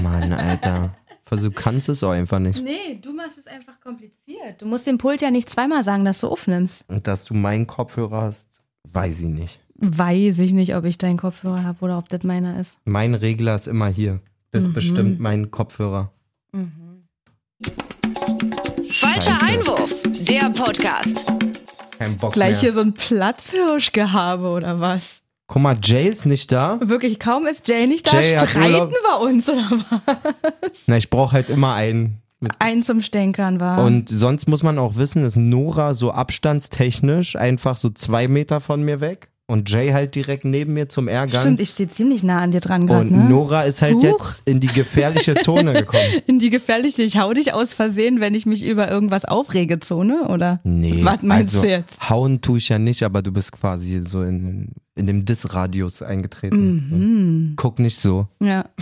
Mann, Alter. Versuch, kannst es auch einfach nicht. Nee, du machst es einfach kompliziert. Du musst dem Pult ja nicht zweimal sagen, dass du aufnimmst. Und dass du meinen Kopfhörer hast, weiß ich nicht. Weiß ich nicht, ob ich deinen Kopfhörer habe oder ob das meiner ist. Mein Regler ist immer hier. Das Mhm. bestimmt mein Kopfhörer. Falscher Scheiße. Einwurf, der Podcast. Kein Bock Gleich hier mehr. so ein Platzhirschgehabe oder was? Guck mal, Jay ist nicht da. Wirklich, kaum ist Jay nicht da, Jay hat Urlaub. streiten wir uns oder was? Na, ich brauche halt immer einen. Mit. Ein zum Stänkern war. Und sonst muss man auch wissen, ist Nora so abstandstechnisch einfach so zwei Meter von mir weg und Jay halt direkt neben mir zum Ärgern. Stimmt, ich stehe ziemlich nah an dir dran gerade, und ne? Nora ist halt Huch. jetzt in die gefährliche Zone gekommen. In die gefährliche, ich hau dich aus Versehen, wenn ich mich über irgendwas aufrege, Zone, oder? Nee, Was meinst also, du jetzt? Hauen tue ich ja nicht, aber du bist quasi so in, in dem Diss-Radius eingetreten. So. Mhm. Guck nicht so. Ja.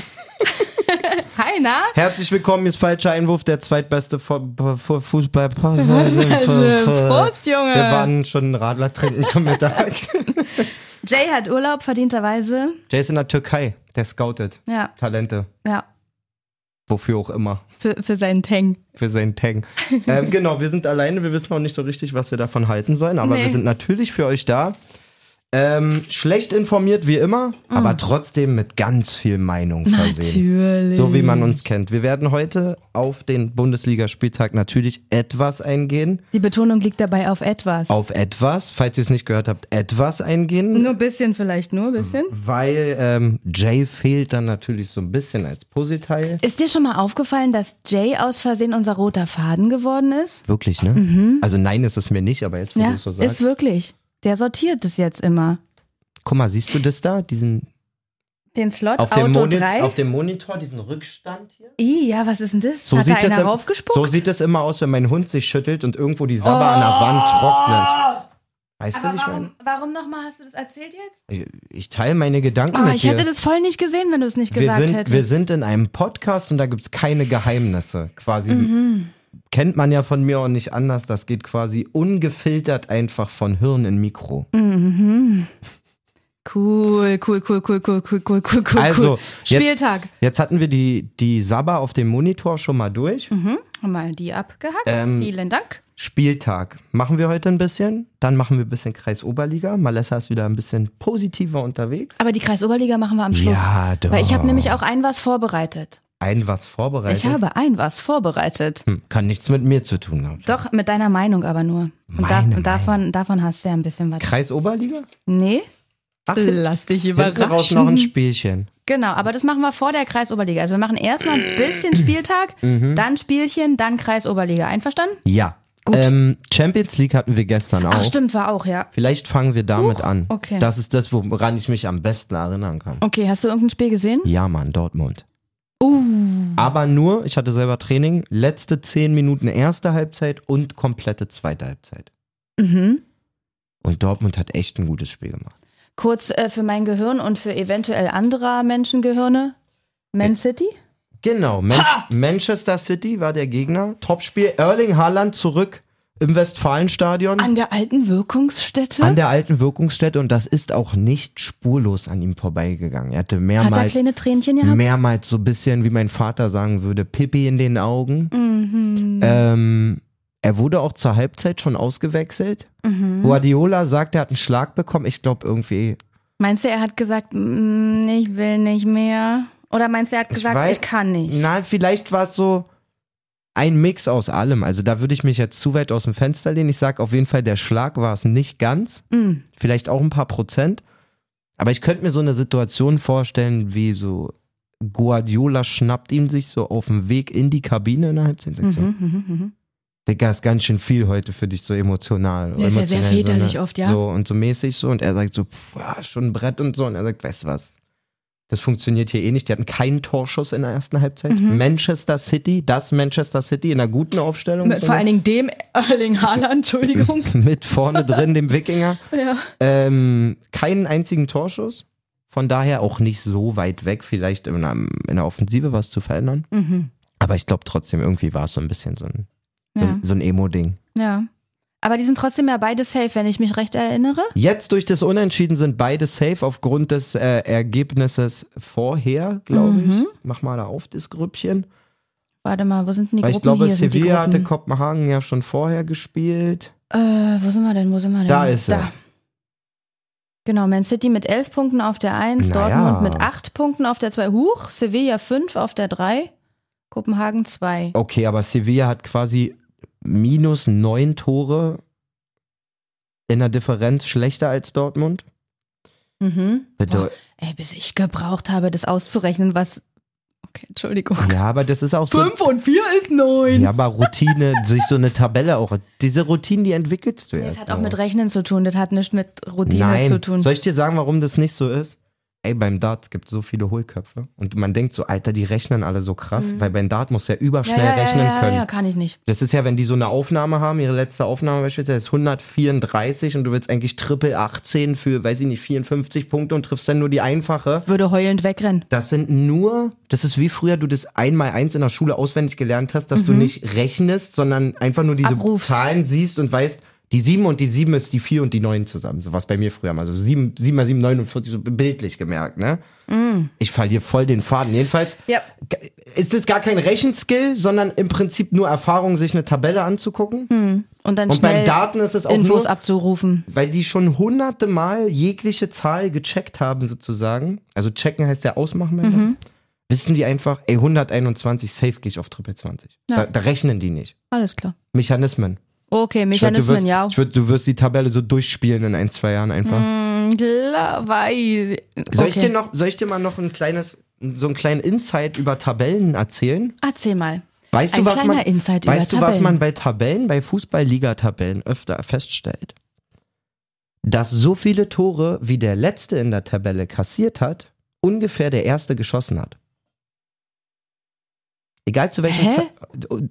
Hi, na? Herzlich willkommen, hier ist falscher Einwurf, der zweitbeste Fu- Fu- Fußball. Also, Prost, Junge. Wir waren schon Radler trinken zum Mittag. Jay hat Urlaub, verdienterweise. Jay ist in der Türkei, der scoutet Ja, Talente, ja. wofür auch immer, Für, für seinen Tang. für seinen Tag. ähm, genau, wir sind alleine, wir wissen noch nicht so richtig, was wir davon halten sollen, aber Nee. wir sind natürlich für euch da. Ähm, schlecht informiert wie Mm. immer, aber trotzdem mit ganz viel Meinung versehen. Natürlich. So wie man uns kennt. Wir werden heute auf den Bundesligaspieltag natürlich etwas eingehen. Die Betonung liegt dabei auf etwas. Auf etwas, falls ihr es nicht gehört habt, etwas eingehen. Nur ein bisschen vielleicht, nur ein bisschen. Mhm. Weil ähm, Jay fehlt dann natürlich so ein bisschen als Puzzleteil. Ist dir schon mal aufgefallen, dass Jay aus Versehen unser roter Faden geworden ist? Wirklich, ne? Also nein, ist es mir nicht, aber jetzt, wo du es so Mhm. ist sagst. wirklich. Der sortiert es jetzt immer. Guck mal, siehst du das da? Diesen, Den Slot auf, dem Auto Moni- 3? auf dem Monitor, diesen Rückstand hier? I, ja, was ist denn das? So Hat sieht, da das einer im, raufgespuckt? so sieht das immer aus, wenn mein Hund sich schüttelt und irgendwo die Sabber an der Wand trocknet. Weißt du, wie ich meine? Oh! warum nochmal hast du das erzählt jetzt? Ich, ich teile meine Gedanken Oh, mit ich dir. hätte das voll nicht gesehen, wenn du es nicht wir gesagt sind, hättest. Wir sind in einem Podcast und da gibt es keine Geheimnisse. Quasi Mhm. kennt man ja von mir auch nicht anders. Das geht quasi ungefiltert einfach von Hirn in Mikro. Mhm. Cool, cool, cool, cool, cool, cool, cool, cool, cool. Also, jetzt- Spieltag. Jetzt hatten wir die, die Sabba auf dem Monitor schon mal durch. Haben wir die abgehackt. Ähm, Vielen Dank. Spieltag machen wir heute ein bisschen. Dann machen wir ein bisschen Kreis Oberliga. Malessa ist wieder ein bisschen positiver unterwegs. Aber die Kreisoberliga machen wir am Schluss. Ja, doch. Weil ich habe nämlich auch ein was vorbereitet. Ein was vorbereitet. Ich habe ein was vorbereitet. Hm, Kann nichts mit mir zu tun haben. Doch, mit deiner Meinung aber nur. Und, da, Meine und davon, davon hast du ja ein bisschen was. Kreis Oberliga? Nee? Ach, Lass dich hinten raus noch ein Spielchen. Genau, aber das machen wir vor der Kreisoberliga. Also wir machen erstmal ein bisschen Spieltag, Mhm. dann Spielchen, dann Kreisoberliga. Einverstanden? Ja. Gut. Ähm, Champions League hatten wir gestern auch. Ach stimmt, war auch, ja. Vielleicht fangen wir damit an. okay. Oh. Das ist das, woran ich mich am besten erinnern kann. Okay, hast du irgendein Spiel gesehen? Ja, Mann, Dortmund. Uh, Aber nur, ich hatte selber Training, letzte 10 Minuten erste Halbzeit und komplette zweite Halbzeit. mhm. Und Dortmund hat echt ein gutes Spiel gemacht. Kurz äh, für mein Gehirn und für eventuell anderer Menschengehirne. Man City? Genau, Man Manchester City war der Gegner. Topspiel, Erling Haaland zurück im Westfalenstadion. An der alten Wirkungsstätte? an der alten Wirkungsstätte und das ist auch nicht spurlos an ihm vorbeigegangen. Er hatte Hat er mehrmals kleine Tränchen gehabt? mehrmals so ein bisschen, wie mein Vater sagen würde, Pippi in den Augen. Mhm. Ähm, er wurde auch zur Halbzeit schon ausgewechselt. Mhm. Guardiola sagt, er hat einen Schlag bekommen. Ich glaube irgendwie, Meinst du, er hat gesagt, "Mm, ich will nicht mehr? Oder meinst du, er hat Ich gesagt, ich, weiß- kann nicht? na, vielleicht war es so ein Mix aus allem. Also da würde ich mich jetzt zu weit aus dem Fenster lehnen. Ich sage auf jeden Fall, der Schlag war es nicht ganz. Mm. Vielleicht auch ein paar Prozent. Aber ich könnte mir so eine Situation vorstellen, wie so Guardiola schnappt ihm sich so auf dem Weg in die Kabine in der Halbzeit. sagt so, Mhm, mhm, mhm. Digga, ist ganz schön viel heute für dich so emotional. Ja, ist ja sehr Emotional, väterlich so, ne? oft, ja. So und so mäßig so. Und er sagt so, pff, ja, ist schon ein Brett und so. Und er sagt, weißt du was? Das funktioniert hier eh nicht. Die hatten keinen Torschuss in der ersten Halbzeit. Mhm. Manchester City, das Manchester City in einer guten Aufstellung. mhm. Mit, so vor ne? allen Dingen dem Erling Haaland, Entschuldigung. Mit vorne drin, dem Wikinger. ja. Ähm, keinen einzigen Torschuss. Von daher auch nicht so weit weg, vielleicht in, einem, in der Offensive was zu verändern. Mhm. Aber ich glaube trotzdem, irgendwie war es so ein bisschen so ein, so ja. ein, so ein Emo-Ding. Ja. Aber die sind trotzdem ja beide safe, wenn ich mich recht erinnere. Jetzt durch das Unentschieden sind beide safe aufgrund des äh, Ergebnisses vorher, glaube Mhm. ich. Mach mal da auf, das Grüppchen. Warte mal, wo sind denn die Weil Gruppen? ich glaube, Hier sind die Sevilla hatte Gruppen. Kopenhagen ja schon vorher gespielt. Äh, wo sind wir denn? Wo sind wir denn? Da ist er. Genau, Man City mit 11 Punkten auf der 1, Naja. Dortmund mit 8 Punkten auf der 2, Huch, Sevilla 5 auf der 3, Kopenhagen 2. Okay, aber Sevilla hat quasi minus neun Tore in der Differenz schlechter als Dortmund. Mhm. Bedeu- Ey, bis ich gebraucht habe, das auszurechnen, was. Okay, Entschuldigung. Ja, aber das ist auch so. und 4 ist 9. Ja, aber Routine, sich so eine Tabelle auch. Diese Routinen, die entwickelst du das erst hat auch mal. mit Rechnen zu tun, das hat nichts mit Routine Nein. zu halt tun. Soll ich dir sagen, warum das nicht so ist? Ey, beim Darts gibt es so viele Hohlköpfe. Und man denkt so, Alter, die rechnen alle so krass, weil beim Dart muss ja ja, überschnell Mhm. ja, ja, rechnen ja, können. ja, kann ich nicht. Das ist ja, wenn die so eine Aufnahme haben, ihre letzte Aufnahme beispielsweise ist 134 und du willst eigentlich Triple 18 für, weiß ich nicht, 54 Punkte und triffst dann nur die einfache. Würde heulend wegrennen. Das sind nur, das ist wie früher du das einmal eins in der Schule auswendig gelernt hast, dass du nicht rechnest, sondern einfach nur diese Mhm. Abrufst. Zahlen siehst und weißt, die 7 und die 7 ist die 4 und die 9 zusammen. So was bei mir früher mal. Also 7, 7 mal 7, 49, so bildlich gemerkt, ne? Ich verliere voll den Faden. Jedenfalls Mhm. Ja. ist es gar kein Rechenskill, sondern im Prinzip nur Erfahrung, sich eine Tabelle anzugucken. Und dann Und beim Hm, schnell Daten ist es auch Infos nur, abzurufen. weil die schon hunderte Mal jegliche Zahl gecheckt haben sozusagen. Also checken heißt ja ausmachen. bei Mhm. Daten. Wissen die einfach, ey, 121, safe gehe ich auf Triple 20. Ja. Da, da rechnen die nicht. Alles klar. Mechanismen. Okay, Ich würd, Mechanismen, du wirst, ja. Ich würd, du wirst die Tabelle so durchspielen in ein, zwei Jahren einfach. Hm, Klar, weiß. ich. Soll, ich Okay. dir noch, soll ich dir mal noch ein kleines, so einen kleinen Insight über Tabellen erzählen? Erzähl mal. Weißt Ein du, was kleiner man, Insight über weißt du, was Tabellen. man bei Tabellen, bei Fußball-Liga-Tabellen öfter feststellt? Dass so viele Tore, wie der letzte in der Tabelle kassiert hat, ungefähr der erste geschossen hat. Egal zu, welchem Hä? Ze-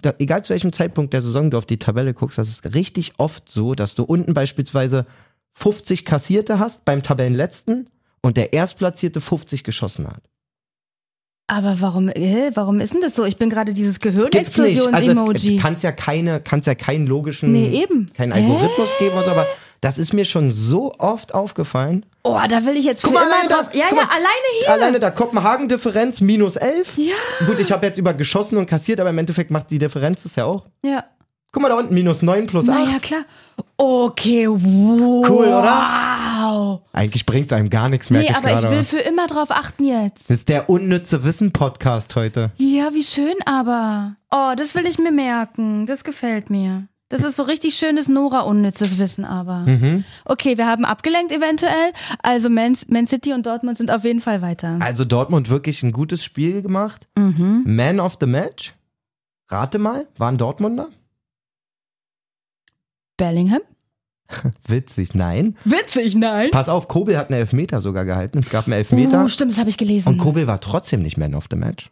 da- egal zu welchem Zeitpunkt der Saison du auf die Tabelle guckst, das ist richtig oft so, dass du unten beispielsweise 50 Kassierte hast beim Tabellenletzten und der Erstplatzierte 50 geschossen hat. Aber warum, hä, warum ist denn das so? Ich bin gerade dieses Gibt's nicht. Also Gehirnexplosions-Emoji. es kann's ja keine, kann's ja keinen logischen, Nee, eben. keinen Hä? Algorithmus geben, und so, aber das ist mir schon so oft aufgefallen. oh, da will ich jetzt Guck für mal, immer allein da- drauf. Ja, guck ja, mal. alleine hier. Alleine da Kopenhagen-Differenz minus 11. Ja. Gut, ich habe jetzt über geschossen und kassiert, aber im Endeffekt macht die Differenz das ja auch. Ja. Guck mal da unten, minus 9 plus 8. Na ja, klar. Okay, wow. Cool, Wow. Eigentlich bringt einem gar nichts, merke Nee, ich aber gerade. ich will für immer drauf achten jetzt. das ist der unnütze Wissen-Podcast heute. Ja, wie schön aber. Oh, das will ich mir merken. Das gefällt mir. Das ist so richtig schönes Nora-unnützes Wissen aber. Okay, wir haben abgelenkt eventuell. Also Man, Man City und Dortmund sind auf jeden Fall weiter. Mhm. Also Dortmund wirklich ein gutes Spiel gemacht. Man of the Match. Rate mal, waren Dortmunder? Bellingham? Witzig, nein. Witzig, nein. Pass auf, Kobel hat einen Elfmeter sogar gehalten. Es gab einen Elfmeter. Uh, stimmt, das habe ich gelesen. und Kobel war trotzdem nicht Man of the Match.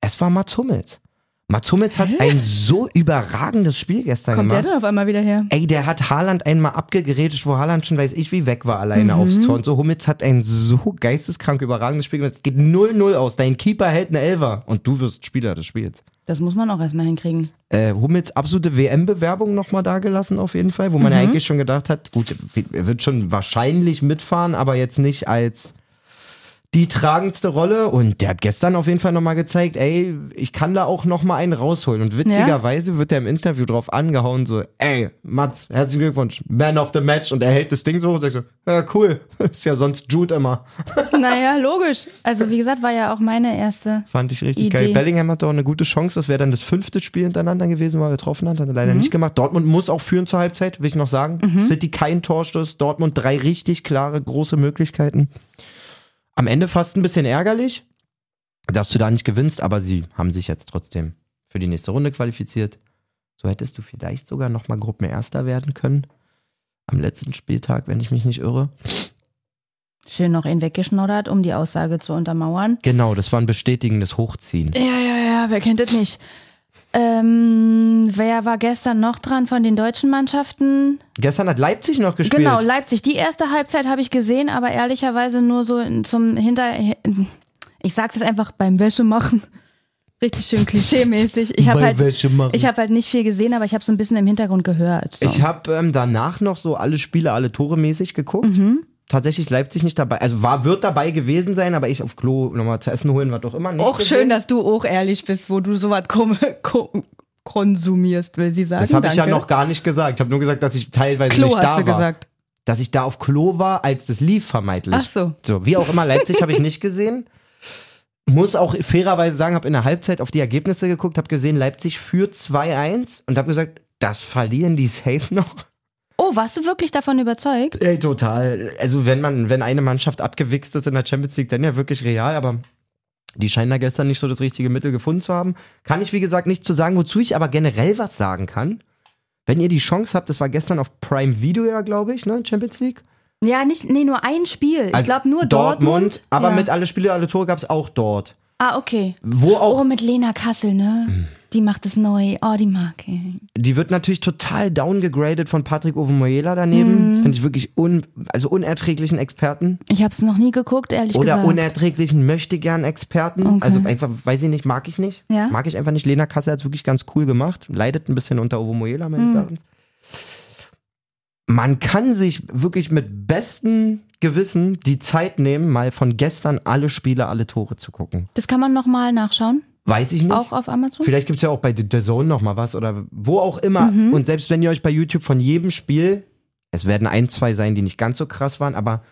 Es war Mats Hummels. Mats Hummels hat ein so überragendes Spiel gestern Kommt der gemacht. dann auf einmal wieder her? Ey, der hat Haaland einmal abgegerätet, wo Haaland schon weiß ich wie weg war alleine aufs Mhm. Tor. Und so Hummels hat ein so geisteskrank überragendes Spiel gemacht. Es geht 0-0 aus. Dein Keeper hält eine Elfer und du wirst Spieler des Spiels. Das muss man auch erstmal hinkriegen. Äh, Hummels absolute WM-Bewerbung nochmal dagelassen auf jeden Fall, wo man ja eigentlich schon gedacht hat, gut, er wird schon wahrscheinlich mitfahren, aber jetzt nicht als die tragendste Rolle. Und der hat gestern auf jeden Fall nochmal gezeigt, ey, ich kann da auch nochmal einen rausholen. Und witzigerweise wird er im Interview drauf angehauen, so, ey, Mats, herzlichen Glückwunsch, Man of the Match. Und er hält das Ding so hoch und sagt so, ja, cool, ist ja sonst Jude immer. naja, logisch. Also wie gesagt, war ja auch meine erste. Fand ich richtig Idee. geil. Bellingham hat auch eine gute Chance. Das wäre dann das fünfte Spiel hintereinander gewesen, weil er getroffen hat. Hat er leider Mhm. nicht gemacht. Dortmund muss auch führen zur Halbzeit, will ich noch sagen. City kein Torstoß. Dortmund drei richtig klare, große Möglichkeiten. Am Ende fast ein bisschen ärgerlich, dass du da nicht gewinnst, aber sie haben sich jetzt trotzdem für die nächste Runde qualifiziert. So hättest du vielleicht sogar nochmal Gruppenerster werden können. Am letzten Spieltag, wenn ich mich nicht irre. Schön noch ihn weggeschnoddert, um die Aussage zu untermauern. Genau, das war ein bestätigendes Hochziehen. Ja, ja, ja, wer kennt das nicht? Ähm, wer war gestern noch dran von den deutschen Mannschaften? Gestern hat Leipzig noch gespielt. Genau, Leipzig. Die erste Halbzeit habe ich gesehen, aber ehrlicherweise nur so in- zum Hinter... Ich sag's jetzt einfach beim Wäschemachen. Richtig schön klischee-mäßig. Ich habe Bei halt, Wäschemacher. ich hab halt nicht viel gesehen, aber ich habe so ein bisschen im Hintergrund gehört. So. Ich habe ähm, danach noch so alle Spiele, alle Tore mäßig geguckt. Mhm. Tatsächlich Leipzig nicht dabei. Also war, wird dabei gewesen sein, aber ich auf Klo nochmal zu essen holen, was auch immer. Nicht auch gesehen. schön, dass du auch ehrlich bist, wo du sowas kom ko konsumierst, will sie sagen. Das habe ich ja Danke. noch gar nicht gesagt. Ich habe nur gesagt, dass ich teilweise Klo nicht hast da du war. gesagt. Dass ich da auf Klo war, als das lief, vermeintlich. Ach so. So, wie auch immer, Leipzig habe ich nicht gesehen. Muss auch fairerweise sagen, habe in der Halbzeit auf die Ergebnisse geguckt, habe gesehen, Leipzig führt 2-1 und habe gesagt, das verlieren die safe noch. Oh, warst du wirklich davon überzeugt? Ey, total. Also wenn man, wenn eine Mannschaft abgewichst ist in der Champions League, dann ja wirklich real, aber die scheinen da gestern nicht so das richtige Mittel gefunden zu haben. Kann ich, wie gesagt, nicht zu sagen, wozu ich aber generell was sagen kann. Wenn ihr die Chance habt, das war gestern auf Prime Video ja, glaube ich, ne, Champions League. Ja, nicht, nee, nur ein Spiel. ich Also glaube nur Dortmund. Dortmund. Aber ja. mit alle Spiele, alle Tore gab es auch dort. Ah, okay. Wo auch Oh, mit Lena Kassel, ne? Mhm. Die macht es neu. Oh, die mag ich. Die wird natürlich total downgegradet von Patrick Ovemoyela Mhm. daneben. Finde ich wirklich un, also unerträglichen Experten. Ich habe es noch nie geguckt, ehrlich Oder gesagt. unerträglichen möchte gern Experten. Okay. Also einfach, weiß ich nicht, mag ich nicht. Ja. Mag ich einfach nicht. Lena Kassel hat es wirklich ganz cool gemacht. Leidet ein bisschen unter Ovomoyela, meines Hm. Erachtens. Man kann sich wirklich mit bestem Gewissen die Zeit nehmen, mal von gestern alle Spiele, alle Tore zu gucken. das kann man nochmal nachschauen. Weiß ich nicht. Auch auf Amazon. Vielleicht gibt es ja auch bei The The Zone nochmal was oder wo auch immer. Und selbst wenn ihr euch bei YouTube von jedem Spiel, es werden ein, zwei sein, die nicht ganz so krass waren, aber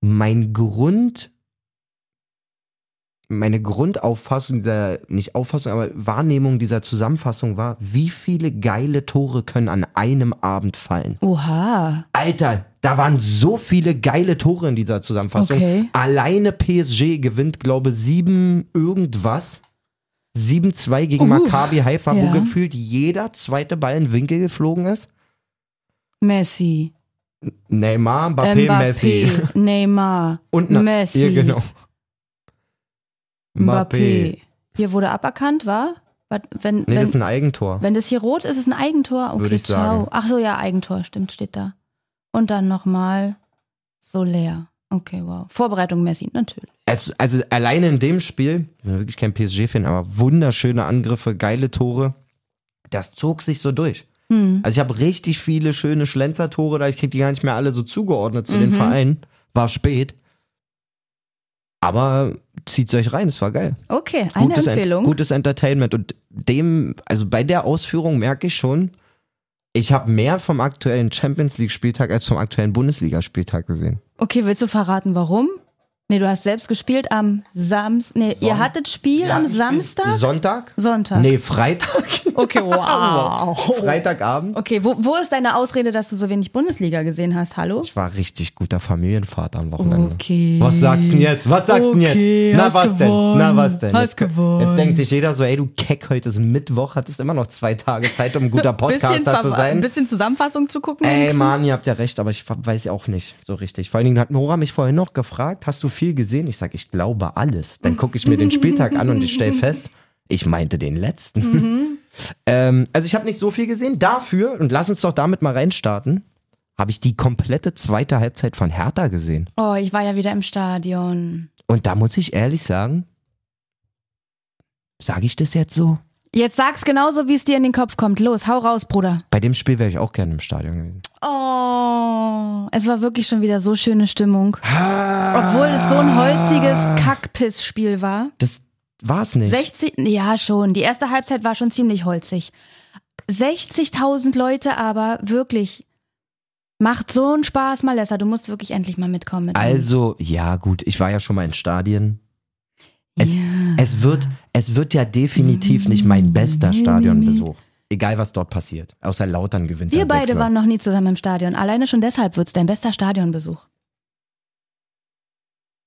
mein Grund, meine Grundauffassung dieser, nicht Auffassung, aber Wahrnehmung dieser Zusammenfassung war, wie viele geile Tore können an einem Abend fallen. Oha. Alter, da waren so viele geile Tore in dieser Zusammenfassung. Okay. Alleine PSG gewinnt, glaube sieben irgendwas. 7-2 gegen Uhu. Maccabi Haifa, Uh. Ja. wo gefühlt jeder zweite Ball in Winkel geflogen ist. Messi. Neymar, Mbappé, Mbappé, Messi. Neymar. Und na- Messi. Ja, genau. Mbappé. Hier wurde aberkannt, war? Was- Wenn, Nee, das ist wenn, ein Eigentor. wenn das hier rot ist, ist ein Eigentor. Okay, Würde ich ciao. sagen. Ach so, ja, Eigentor, stimmt, steht da. Und dann nochmal Soler. Okay, wow. Vorbereitung Messi, natürlich. Es, also alleine in dem Spiel, ich bin wirklich kein PSG-Fan, aber wunderschöne Angriffe, geile Tore. Das zog sich so durch. Hm. Also ich habe richtig viele schöne Schlenzer-Tore da. Ich krieg die gar nicht mehr alle so zugeordnet zu den Mhm. Vereinen. War spät. Aber zieht's euch rein, es war geil. Okay, eine gutes Ent- Empfehlung. gutes Entertainment. Und dem, also bei der Ausführung merke ich schon, ich habe mehr vom aktuellen Champions League-Spieltag als vom aktuellen Bundesliga-Spieltag gesehen. Okay, willst du verraten, warum? Nee, du hast selbst gespielt am Samstag. Nee, ihr Son- hattet Spiel am Samstag? Sonntag? Sonntag. Nee, Freitag. Okay, wow. Freitagabend. Okay, wo, wo ist deine Ausrede, dass du so wenig Bundesliga gesehen hast? Hallo? Ich war richtig guter Familienvater am Wochenende. Okay. Was sagst du denn jetzt? Was sagst du Okay, denn jetzt? Na hast was gewonnen. denn? Na was denn? Hast jetzt, gewonnen. jetzt denkt sich jeder so, ey du Keck, heute ist Mittwoch, hattest immer noch zwei Tage Zeit, um ein guter Podcaster zu verwa- sein. bisschen Zusammenfassung zu gucken. Ey, wenigstens? Mann, ihr habt ja recht, aber ich weiß ja auch nicht so richtig. Vor allen Dingen hat Nora mich vorhin noch gefragt, hast du viel gesehen? Ich sag, ich glaube alles. Dann gucke ich mir den Spieltag an und ich stelle fest, ich meinte den letzten. Mhm. ähm, also ich habe nicht so viel gesehen. Dafür, und lass uns doch damit mal reinstarten, habe ich die komplette zweite Halbzeit von Hertha gesehen. Oh, ich war ja wieder im Stadion. Und da muss ich ehrlich sagen, sage ich das jetzt so? Jetzt sag's genauso, wie es dir in den Kopf kommt. Los, hau raus, Bruder. Bei dem Spiel wäre ich auch gerne im Stadion gewesen. Oh, es war wirklich schon wieder so schöne Stimmung. Obwohl es so ein holziges Kackpiss-Spiel war. Das war's nicht. 60, ja schon, die erste Halbzeit war schon ziemlich holzig. 60.000 Leute aber, wirklich, macht so einen Spaß, Malessa, du musst wirklich endlich mal mitkommen. Mit uns. Also, ja, gut, ich war ja schon mal in Stadien. Es, Ja. es, wird, es wird ja definitiv nicht mein bester Stadionbesuch. Egal, was dort passiert. Außer Lautern gewinnt Wir ja beide 6-0. waren noch nie zusammen im Stadion. Alleine schon deshalb wird's dein bester Stadionbesuch.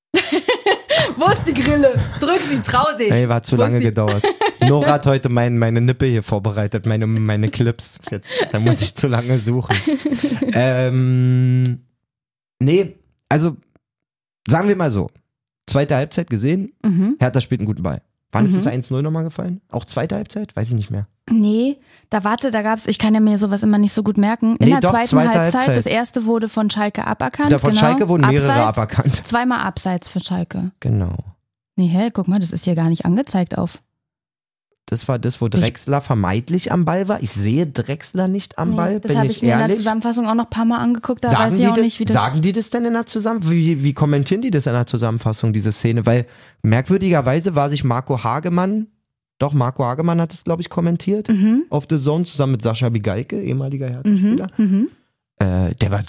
Wo ist die Grille? Drück sie, trau dich. Ey, war zu Wo ist lange die- gedauert. Nora hat heute mein, meine Nippel hier vorbereitet, meine, meine Clips. Jetzt, da muss ich zu lange suchen. ähm, nee, also sagen wir mal so. Zweite Halbzeit gesehen, Mhm. Hertha spielt einen guten Ball. Wann Mhm. ist das 1-0 nochmal gefallen? Auch zweite Halbzeit? Weiß ich nicht mehr. Nee, da warte, da gab's, ich kann ja mir sowas immer nicht so gut merken. In Nee, der doch, zweiten zweite Halbzeit, Halbzeit. das erste wurde von Schalke aberkannt. Da von genau. Schalke wurden mehrere Abseits. aberkannt. Zweimal abseits für Schalke. Genau. Nee, hä, guck mal, das ist hier gar nicht angezeigt auf. Das war das, wo Drexler vermeidlich am Ball war. Ich sehe Drexler nicht am Ball, das bin habe ich, ich mir in der ehrlich. Zusammenfassung auch noch ein paar Mal angeguckt, da sagen, weiß die ich auch das, nicht, wie das sagen die das denn in der Zusammenfassung? Wie, wie kommentieren die das in der Zusammenfassung, diese Szene? Weil merkwürdigerweise war sich Marco Hagemann, doch Marco Hagemann hat es, glaube ich, kommentiert, auf The Zone zusammen mit Sascha Bigalke, ehemaliger Hertha-Spieler. Mhm. Äh, der war,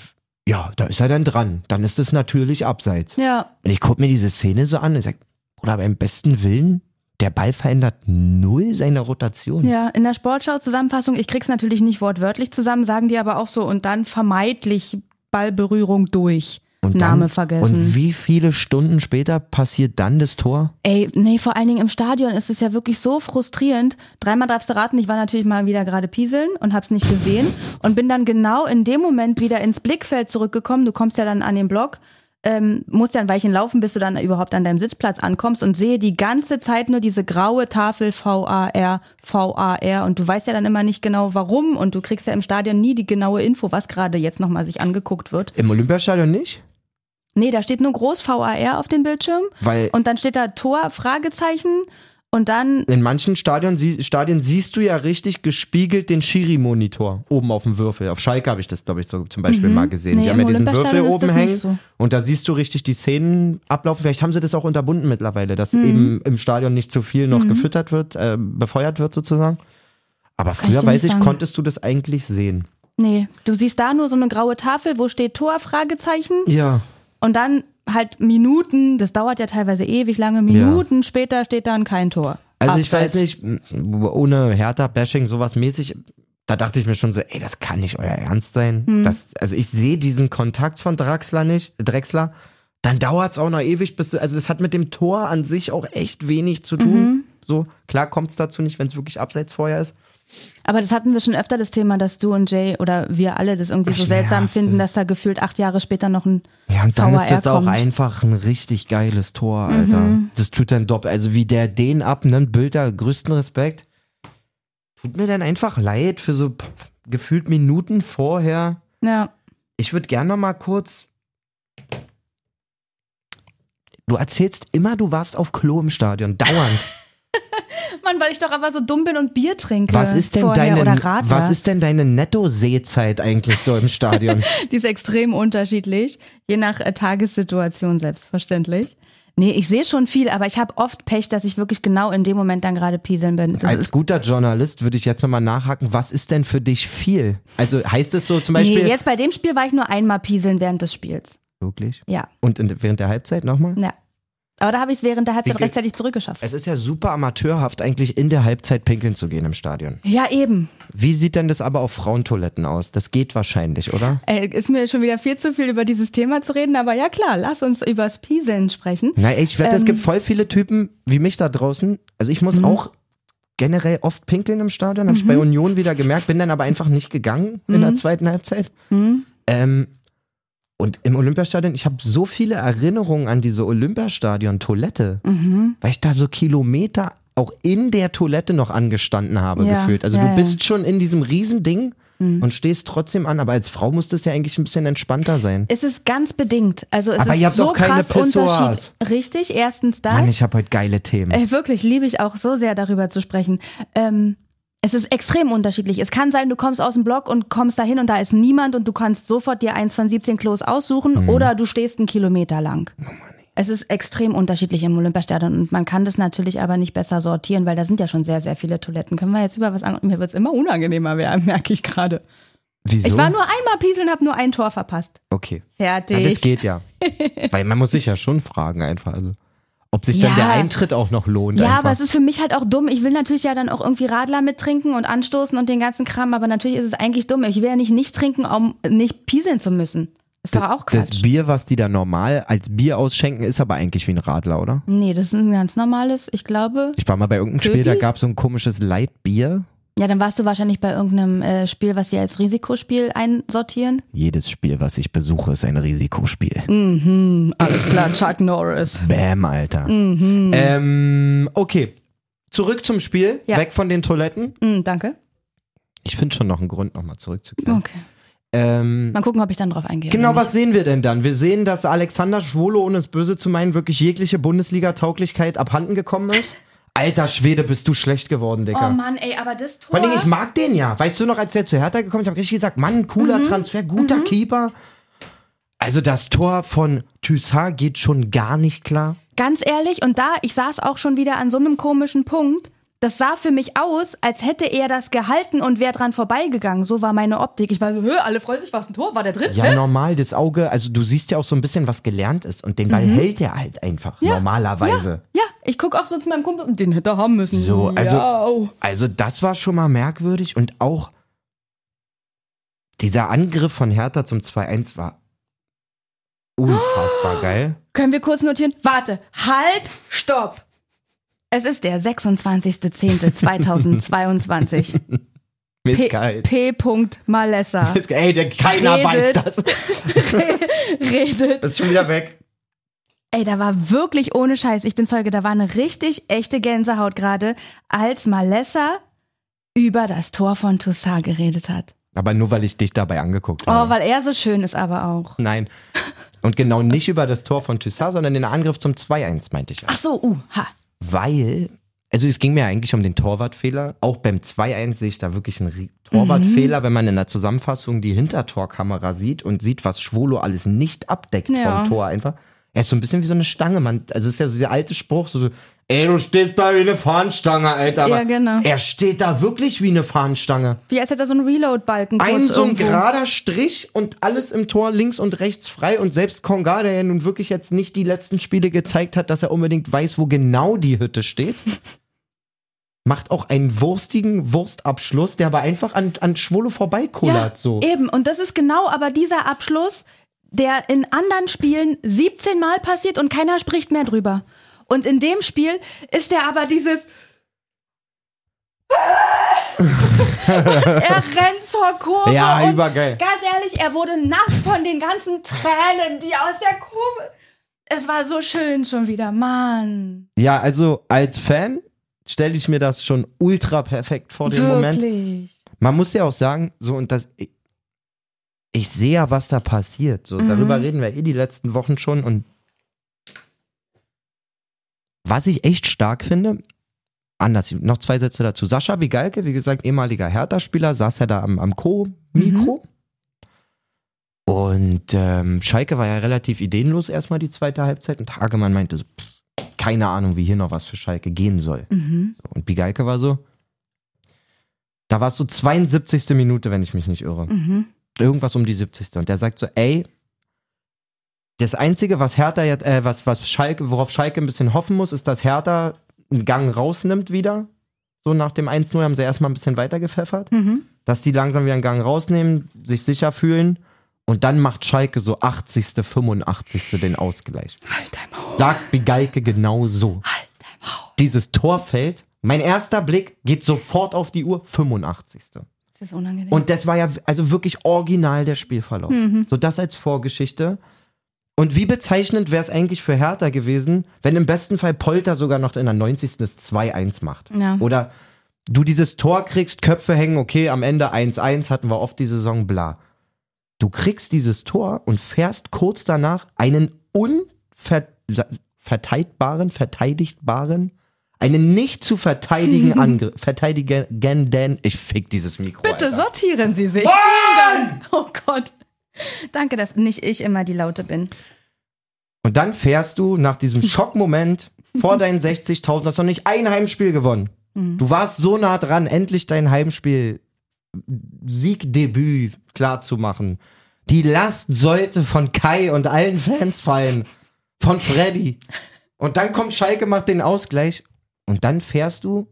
ja, da ist er dann dran. Dann ist es natürlich abseits. Ja, Und ich gucke mir diese Szene so an und sage, Bruder, beim besten Willen, der Ball verändert null seine Rotation. ja. In der Sportschau-Zusammenfassung, ich krieg's natürlich nicht wortwörtlich zusammen, sagen die aber auch so und dann vermeidlich Ballberührung durch. und Name vergessen. Und wie viele Stunden später passiert dann das Tor? Ey, nee, vor allen Dingen im Stadion ist es ja wirklich so frustrierend. Dreimal darfst du raten, ich war natürlich mal wieder gerade pieseln und hab's nicht gesehen und bin dann genau in dem Moment wieder ins Blickfeld zurückgekommen. Du kommst ja dann an den Block, ähm, musst ja ein Weilchen laufen, bis du dann überhaupt an deinem Sitzplatz ankommst und sehe die ganze Zeit nur diese graue Tafel VAR, VAR und du weißt ja dann immer nicht genau warum und du kriegst ja im Stadion nie die genaue Info, was gerade jetzt nochmal sich angeguckt wird. Im Olympiastadion nicht? Nee, da steht nur groß VAR auf dem Bildschirm. Weil Und dann steht da Tor, Fragezeichen. Und dann, in manchen Stadion, sie, Stadien siehst du ja richtig gespiegelt den Schiri-Monitor oben auf dem Würfel. Auf Schalke habe ich das, glaube ich, so zum Beispiel mal gesehen. Mhm. Nee, die haben ja im diesen Würfel Olympiastadion ist oben das nicht hängen so. und da siehst du richtig die Szenen ablaufen. Vielleicht haben sie das auch unterbunden mittlerweile, dass Mhm. eben im Stadion nicht zu viel noch gefüttert wird, äh, befeuert wird sozusagen. Aber ich früher, dir weiß nicht ich, sagen. konntest du das eigentlich sehen. nee, du siehst da nur so eine graue Tafel, wo steht Tor, Fragezeichen. Ja. Und dann halt Minuten, das dauert ja teilweise ewig lange, Minuten später steht dann kein Tor. Also ich Abseits. weiß nicht, m- ohne Hertha-Bashing, sowas mäßig, da dachte ich mir schon so, ey, das kann nicht euer Ernst sein. Das, also ich sehe diesen Kontakt von Draxler nicht, Drexler. Dann dauert es auch noch ewig, bis, also das hat mit dem Tor an sich auch echt wenig zu tun. So, klar kommt es dazu nicht, wenn es wirklich abseits vorher ist. Aber das hatten wir schon öfter das Thema, dass du und Jay oder wir alle das irgendwie so Ach, seltsam schmerzhaft. finden, dass da gefühlt acht Jahre später noch ein Ja, und dann VAR ist das auch kommt. einfach ein richtig geiles Tor, Alter. Das tut dann doppelt. Also wie der den abnimmt, Bilder, größten Respekt. Tut mir dann einfach leid für so pff, gefühlt Minuten vorher. Ja, Ich würde gerne noch mal kurz. Du erzählst immer, du warst auf Klo im Stadion, dauernd. Mann, weil ich doch aber so dumm bin und Bier trinke. Was ist denn vorher deine, oder Radler. was ist denn deine Netto-Sehzeit eigentlich so im Stadion? Die ist extrem unterschiedlich, je nach äh, Tagessituation selbstverständlich. Nee, ich sehe schon viel, aber ich habe oft Pech, dass ich wirklich genau in dem Moment dann gerade pieseln bin. Das Als ist, guter Journalist würde ich jetzt nochmal nachhaken, was ist denn für dich viel? Also heißt es so zum Beispiel. nee, jetzt bei dem Spiel war ich nur einmal pieseln während des Spiels. Wirklich? Ja, Und in, während der Halbzeit nochmal? ja. Aber da habe ich es während der Halbzeit Wie ge- rechtzeitig zurückgeschafft. Es ist ja super amateurhaft, eigentlich in der Halbzeit pinkeln zu gehen im Stadion. Ja, eben. Wie sieht denn das aber auf Frauentoiletten aus? Das geht wahrscheinlich, oder? Äh, ist mir schon wieder viel zu viel über dieses Thema zu reden, aber ja klar, lass uns übers Pieseln sprechen. Na, ich wette, es Ähm. gibt voll viele Typen wie mich da draußen. Also ich Mhm. muss auch generell oft pinkeln im Stadion, habe ich bei Union wieder gemerkt, bin dann aber einfach nicht gegangen in Mhm. der zweiten Halbzeit. Ähm, und im Olympiastadion, ich habe so viele Erinnerungen an diese Olympiastadion-Toilette, Mhm. weil ich da so Kilometer auch in der Toilette noch angestanden habe Ja, gefühlt. Also ja, Mhm. du ja. bist schon in diesem Riesending und stehst trotzdem an, aber als Frau muss das ja eigentlich ein bisschen entspannter sein. Es ist ganz bedingt. Also es Aber ist ihr habt so doch keine krass Pissoirs. Unterschied. Richtig, erstens das. Äh, Mann, ich habe heute geile Themen. Ey, wirklich, liebe ich auch so sehr, darüber zu sprechen. Ähm, es ist extrem unterschiedlich. Es kann sein, du kommst aus dem Block und kommst dahin und da ist niemand und du kannst sofort dir eins von 17 Klos aussuchen oder du stehst einen Kilometer lang. Es ist extrem unterschiedlich im Olympiastadion und man kann das natürlich aber nicht besser sortieren, weil da sind ja schon sehr, sehr viele Toiletten. Können wir jetzt über was anderes? Mir wird es immer unangenehmer, werden, merke ich gerade. Wieso? Ich war nur einmal pieseln, habe nur ein Tor verpasst. okay. Fertig. Ja, das geht ja. Weil man muss sich ja schon fragen einfach. Also, ob sich dann Ja. der Eintritt auch noch lohnt. Ja, einfach. aber es ist für mich halt auch dumm. Ich will natürlich ja dann auch irgendwie Radler mittrinken und anstoßen und den ganzen Kram, aber natürlich ist es eigentlich dumm. Ich will ja nicht nicht trinken, um nicht pieseln zu müssen. Ist doch auch Das Quatsch. Bier, was die da normal als Bier ausschenken, ist aber eigentlich wie ein Radler, oder? nee, das ist ein ganz normales, ich glaube. Ich war mal bei irgendeinem Spiel, da Köpi? gab es so ein komisches Leitbier. Ja, dann warst du wahrscheinlich bei irgendeinem äh, Spiel, was sie als Risikospiel einsortieren. Jedes Spiel, was ich besuche, ist ein Risikospiel. Mhm. Alles klar, Chuck Norris. Bäm, Alter. Mhm. Ähm, okay. Zurück zum Spiel, Ja. weg von den Toiletten. Mm, danke. Ich finde schon noch einen Grund, nochmal zurückzukehren. Okay. Ähm, Mal gucken, ob ich dann drauf eingehe. Genau, oder was sehen wir denn dann? Wir sehen, dass Alexander Schwolo, ohne es böse zu meinen, wirklich jegliche Bundesliga-Tauglichkeit abhanden gekommen ist. Alter Schwede, bist du schlecht geworden, Oh Digga. Mann, ey, aber das Tor. Vor allem, ich mag den ja. Weißt du noch, als der zu Hertha gekommen ist, ich habe richtig gesagt, Mann, cooler Mhm. Transfer, guter Keeper. Also das Tor von Thyssen geht schon gar nicht klar. Ganz ehrlich, und da, ich saß auch schon wieder an so einem komischen Punkt. Das sah für mich aus, als hätte er das gehalten und wäre dran vorbeigegangen. So war meine Optik. Ich war so, "Hö, alle freuen sich, was ein Tor, war der drin? Ja, normal, das Auge, also du siehst ja auch so ein bisschen, was gelernt ist. Und den Ball hält er halt einfach, normalerweise. Mhm. Ja, ich guck auch so zu meinem Kumpel, und den hätte er haben müssen. So, also, Ja, au. also das war schon mal merkwürdig und auch dieser Angriff von Hertha zum 2-1 war unfassbar geil. Können wir kurz notieren? Warte, halt, stopp. Es ist der 26.10.2022. Mir P. ist kalt. P. Malessa Ist ge- Ey, der, keiner Redet. weiß das. redet. Das ist schon wieder weg. Ey, da war wirklich ohne Scheiß, ich bin Zeuge, da war eine richtig echte Gänsehaut gerade, als Malessa über das Tor von Toussaint geredet hat. Aber nur, weil ich dich dabei angeguckt habe. Oh, weil er so schön ist aber auch. Nein. Und genau nicht über das Tor von Thyssen, sondern den Angriff zum 2-1, meinte ich ja. Ach so, uh, ha. Weil, also es ging mir eigentlich um den Torwartfehler. Auch beim 2-1 sehe ich da wirklich einen Rie- Mhm. Torwartfehler, wenn man in der Zusammenfassung die Hintertorkamera sieht und sieht, was Schwolo alles nicht abdeckt Ja. vom Tor einfach. Er ist so ein bisschen wie so eine Stange, man. Also es ist ja so dieser alte Spruch, so, so ey, du stehst da wie eine Fahnenstange, Alter. Ja, Aber genau. Er steht da wirklich wie eine Fahnenstange. Wie als hätte er so einen Reload-Balken kurz Ein so ein irgendwo. gerader Strich und alles im Tor links und rechts frei. Und selbst Konga, der ja nun wirklich jetzt nicht die letzten Spiele gezeigt hat, dass er unbedingt weiß, wo genau die Hütte steht, macht auch einen wurstigen Wurstabschluss, der aber einfach an, an Schwolo vorbeikullert. Ja, so. eben. Und das ist genau aber dieser Abschluss, der in anderen Spielen 17 Mal passiert und keiner spricht mehr drüber. Und in dem Spiel ist er aber dieses... und er rennt zur Kurve Ja, und übergeil. ganz ehrlich, er wurde nass von den ganzen Tränen, die aus der Kurve... Es war so schön schon wieder, Mann. Ja, also als Fan stelle ich mir das schon ultra perfekt vor, den Moment. Wirklich. Man muss ja auch sagen, so und das. Ich, ich sehe ja, was da passiert. So, darüber reden wir eh die letzten Wochen schon. Und was ich echt stark finde, anders, noch zwei Sätze dazu. Sascha Wigalke, wie gesagt, ehemaliger Hertha-Spieler, saß ja da am, am Co-Mikro. Und ähm, Schalke war ja relativ ideenlos erstmal die zweite Halbzeit. Und Hagemann meinte so, pff, keine Ahnung, wie hier noch was für Schalke gehen soll. Mhm. So, Und Bigalke war so. Da war es so 72. Minute, wenn ich mich nicht irre. Mhm. Irgendwas um die 70. Und der sagt so, ey, das Einzige, was Hertha jetzt, äh, was, was Schalke, worauf Schalke ein bisschen hoffen muss, ist, dass Hertha einen Gang rausnimmt wieder. So nach dem 1-0 haben sie erstmal ein bisschen weiter gepfeffert. Mhm. Dass die langsam wieder einen Gang rausnehmen, sich sicher fühlen. Und dann macht Schalke so 80., 85. den Ausgleich Halt dein Maul. sagt Bigalke genau so. Dieses Torfeld, mein erster Blick geht sofort auf die Uhr, 85. Das ist unangenehm. Und das war ja also wirklich original der Spielverlauf. Mhm. So das als Vorgeschichte. Und wie bezeichnend wäre es eigentlich für Hertha gewesen, wenn im besten Fall Polter sogar noch in der 90. das 2-1 macht. Ja. Oder du dieses Tor kriegst, Köpfe hängen, okay, am Ende 1-1 hatten wir oft die Saison, bla. Du kriegst dieses Tor und fährst kurz danach einen unverteidigbaren, verteidigbaren, einen nicht zu verteidigen Angriff, verteidigenden, ich fick dieses Mikro. Bitte Alter. sortieren Sie sich. Vielen Dank. Oh Gott. Danke, dass nicht ich immer die Laute bin. Und dann fährst du nach diesem Schockmoment vor deinen 60.000, hast noch nicht ein Heimspiel gewonnen. Du warst so nah dran, endlich dein Heimspiel Siegdebüt klar zu machen. Die Last sollte von Kai und allen Fans fallen. Von Freddy. Und dann kommt Schalke, macht den Ausgleich. Und dann fährst du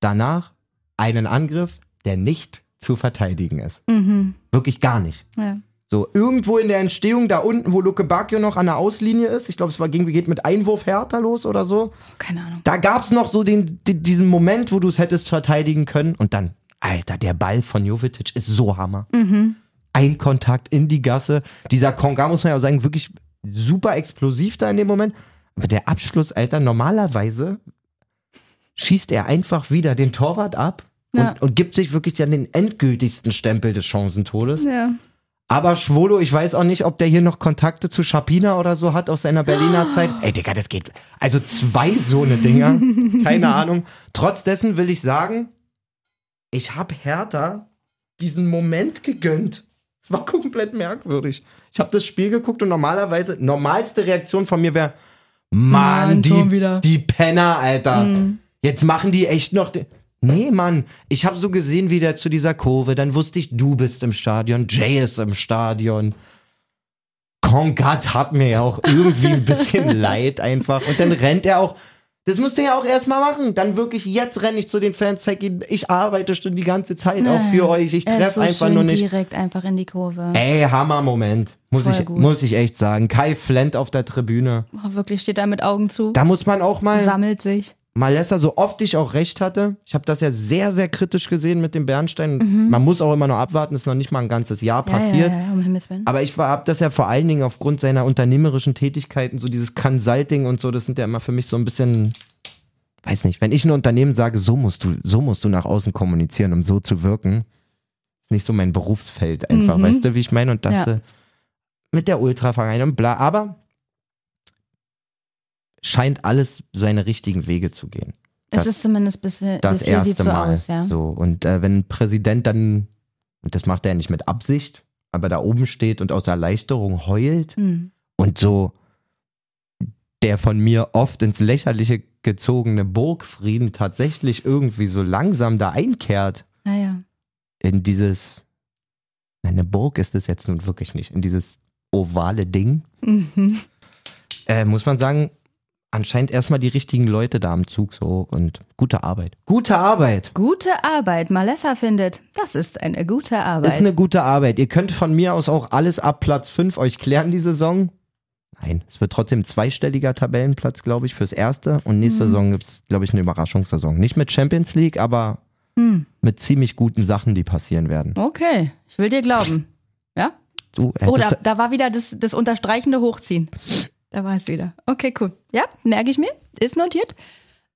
danach einen Angriff, der nicht zu verteidigen ist. Mhm. Wirklich gar nicht. Ja. So, irgendwo in der Entstehung da unten, wo Luke Bacchio noch an der Auslinie ist, ich glaube, es war gegen, geht mit Einwurf Hertha los oder so. Keine Ahnung. Da gab es noch so den, di- diesen Moment, wo du es hättest verteidigen können. Und dann, Alter, der Ball von Jovetic ist so Hammer. Ein Kontakt in die Gasse. Dieser Konga, muss man ja auch sagen, wirklich super explosiv da in dem Moment. Aber der Abschluss, Alter, normalerweise schießt er einfach wieder den Torwart ab Ja. und, und gibt sich wirklich dann den endgültigsten Stempel des Chancentodes. Ja. Aber Schwolo, ich weiß auch nicht, ob der hier noch Kontakte zu Schapina oder so hat aus seiner Ah. Berliner Zeit. Ey, Digga, das geht. Also zwei so eine Dinger. Keine Ahnung. Trotz dessen will ich sagen, ich habe Hertha diesen Moment gegönnt. Es war komplett merkwürdig. Ich habe das Spiel geguckt und normalerweise, normalste Reaktion von mir wäre, Mann, Mann, Tor die, wieder." Mhm. die Penner, Alter. Jetzt machen die echt noch. Den nee, Mann. Ich habe so gesehen, wie der zu dieser Kurve. Dann wusste ich, du bist im Stadion, Jay ist im Stadion. Konkat hat mir ja auch irgendwie ein bisschen leid einfach. Und dann rennt er auch. Das musst du ja auch erstmal machen. Dann wirklich, jetzt renne ich zu den Fans, zeig ihnen, ich arbeite schon die ganze Zeit auch für euch. Ich er treffe ist so einfach schön nur nicht. Äh. direkt einfach in die Kurve. Ey, Hammer-Moment. Muss Voll ich, gut. muss ich echt sagen. Kai Flent auf der Tribüne. Oh, wirklich steht da mit Augen zu, Da muss man auch mal. sammelt sich. Malessa, so oft ich auch recht hatte, ich habe das ja sehr, sehr kritisch gesehen mit dem Bernstein. Man muss auch immer noch abwarten, ist noch nicht mal ein ganzes Jahr passiert. Mhm. Ja, ja, ja, um Himmels Willen. Aber ich habe das ja vor allen Dingen aufgrund seiner unternehmerischen Tätigkeiten, so dieses Consulting und so, das sind ja immer für mich so ein bisschen, weiß nicht, wenn ich ein Unternehmen sage, so musst du, so musst du nach außen kommunizieren, um so zu wirken, ist nicht so mein Berufsfeld einfach, Mhm. weißt du, wie ich meine? Und dachte, mit der Ultraverein und bla, aber scheint alles seine richtigen Wege zu gehen es das- ist zumindest bis, das bis hier sieht erste so Mal. aus, ja. So und äh, wenn ein Präsident dann und das macht er nicht mit Absicht, aber da oben steht und aus Erleichterung heult Hm. und so der von mir oft ins lächerliche gezogene Burgfrieden tatsächlich irgendwie so langsam da einkehrt Naja. in dieses eine Burg ist es jetzt nun wirklich nicht, in dieses ovale Ding, Mhm. äh, muss man sagen, anscheinend erstmal die richtigen Leute da am Zug so und gute Arbeit. Gute Arbeit. Gute Arbeit, Malessa findet. Das ist eine gute Arbeit. Ist eine gute Arbeit. Ihr könnt von mir aus auch alles ab Platz 5 euch klären, die Saison. Nein, es wird trotzdem zweistelliger Tabellenplatz, glaube ich, fürs Erste. Und nächste Mhm. Saison gibt es, glaube ich, eine Überraschungssaison. Nicht mit Champions League, aber Hm. mit ziemlich guten Sachen, die passieren werden. Okay, ich will dir glauben. Ja? Du Oh, hättest, da, da war wieder das, das unterstreichende Hochziehen. Da war es wieder. Okay, cool. Ja, merke ich mir. Ist notiert.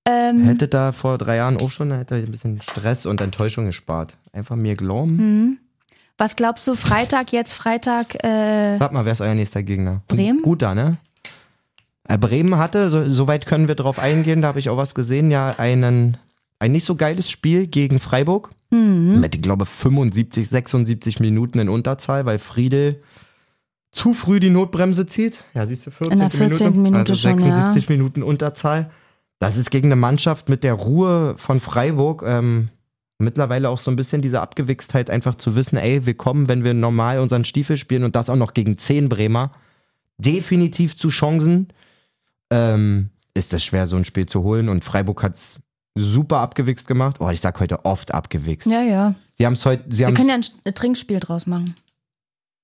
Ähm, hätte da vor drei Jahren auch schon hätte ich ein bisschen Stress und Enttäuschung gespart. Einfach mir glauben. was glaubst du, Freitag jetzt, Freitag, äh, Sag mal, wer ist euer nächster Gegner? Bremen? Guter, ne? Äh, Bremen hatte, so- soweit können wir drauf eingehen, da habe ich auch was gesehen, ja, einen, ein nicht so geiles Spiel gegen Freiburg. hm, Mhm. Mit, ich glaube, 75, 76 Minuten in Unterzahl, weil Friedel zu früh die Notbremse zieht. Ja, siehst du, 14. In der 14. Minute also schon, 76 Minuten Unterzahl. Das ist gegen eine Mannschaft mit der Ruhe von Freiburg. Ähm, mittlerweile auch so ein bisschen diese Abgewichstheit, einfach zu wissen, ey, wir kommen, wenn wir normal unseren Stiefel spielen und das auch noch gegen 10 Bremer, definitiv zu Chancen. Ähm, ist es schwer, so ein Spiel zu holen und Freiburg hat es super abgewichst gemacht. Oh, ich sag heute oft abgewichst. ja, ja. Sie haben es heute, sie Wir haben's- können ja ein Sch- Trinkspiel draus machen.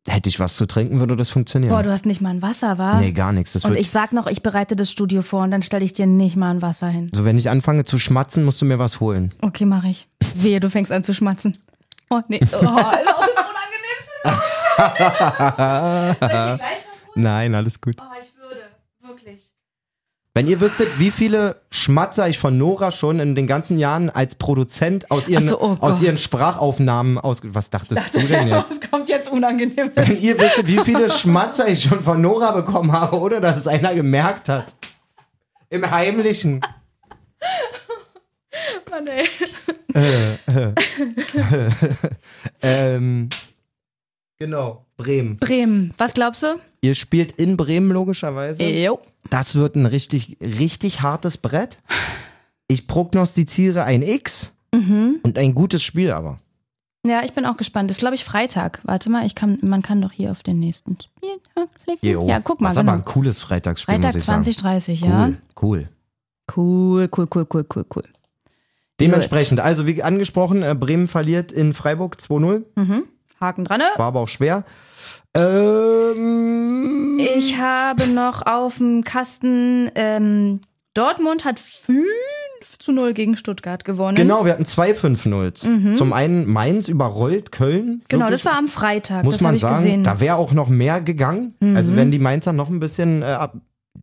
hätte ich was zu trinken, würde das funktionieren. Boah, du hast nicht mal ein Wasser, wa? nee, gar nichts. Das und wird, ich sag noch, ich bereite das Studio vor und dann stelle ich dir nicht mal ein Wasser hin. also wenn ich anfange zu schmatzen, musst du mir was holen. Okay, mache ich. Wehe, du fängst an zu schmatzen. Oh, nee. Oh, ist auch das Unangenehmste. Soll ich dir gleich was holen? Nein, alles gut. Oh, ich würde. Wirklich. Wenn ihr wüsstet, wie viele Schmatzer ich von Nora schon in den ganzen Jahren als Produzent aus ihren, Ach so, oh aus Gott. ihren Sprachaufnahmen aus... Was dachtest du denn jetzt? Das kommt jetzt unangenehm. Wenn ihr wüsstet, wie viele Schmatzer ich schon von Nora bekommen habe, oder dass es einer gemerkt hat. Im Heimlichen. Oh Mann, ey. Ähm, genau, Bremen. Bremen, was glaubst du? Ihr spielt in Bremen logischerweise. Jo. Das wird ein richtig, richtig hartes Brett. Ich prognostiziere ein X Mhm. und ein gutes Spiel aber. Ja, ich bin auch gespannt. Das ist, glaube ich, Freitag. Warte mal, ich kann, man kann doch hier auf den nächsten Spieltag klicken. Ja, guck mal. Das ist aber Genau. ein cooles Freitagsspiel, Freitag muss ich sagen. 20.30 Cool, ja? cool. Cool, cool, cool, cool, cool, cool. Dementsprechend, also wie angesprochen, äh, Bremen verliert in Freiburg 2-0. Mhm. Haken dran, ne? War aber auch schwer. Ähm, Ich habe noch auf dem Kasten, ähm, Dortmund hat 5 zu 0 gegen Stuttgart gewonnen. genau, wir hatten zwei 5-0s. Zum einen Mainz überrollt Köln. Mhm. Genau, Wirklich das war am Freitag. muss das habe man ich sagen, gesehen. Mhm. da wäre auch noch mehr gegangen. Also wenn die Mainzer noch ein bisschen äh, ab,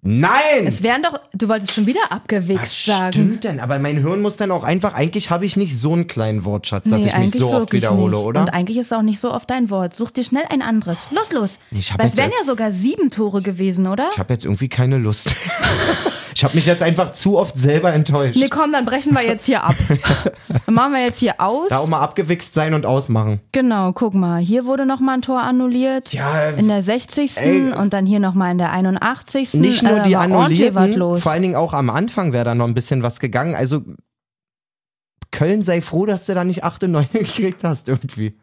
Nein! Es wären doch, du wolltest schon wieder Was abgewichst sagen. stimmt denn? Aber mein Hirn muss dann auch einfach, eigentlich habe ich nicht so einen kleinen Wortschatz, dass Nee, ich mich eigentlich so oft wirklich wiederhole, nicht. oder? Und eigentlich ist auch nicht so oft dein Wort. Such dir schnell ein anderes. Los, los. Ich hab Weil es jetzt- wären ja sogar sieben Tore gewesen, oder? ich habe jetzt irgendwie keine Lust. ich habe mich jetzt einfach zu oft selber enttäuscht. Nee, komm, dann brechen wir jetzt hier ab. Dann machen wir jetzt hier aus. da auch mal abgewichst sein und ausmachen. Genau, guck mal. Hier wurde nochmal ein Tor annulliert. Ja, In der 60. ey. und dann hier nochmal in der 81. Nicht nur äh, die war ordentlich was Annullierten, los. vor allen Dingen auch am Anfang wäre da noch ein bisschen was gegangen. Also Köln sei froh, dass du da nicht 8 und 9 gekriegt hast irgendwie.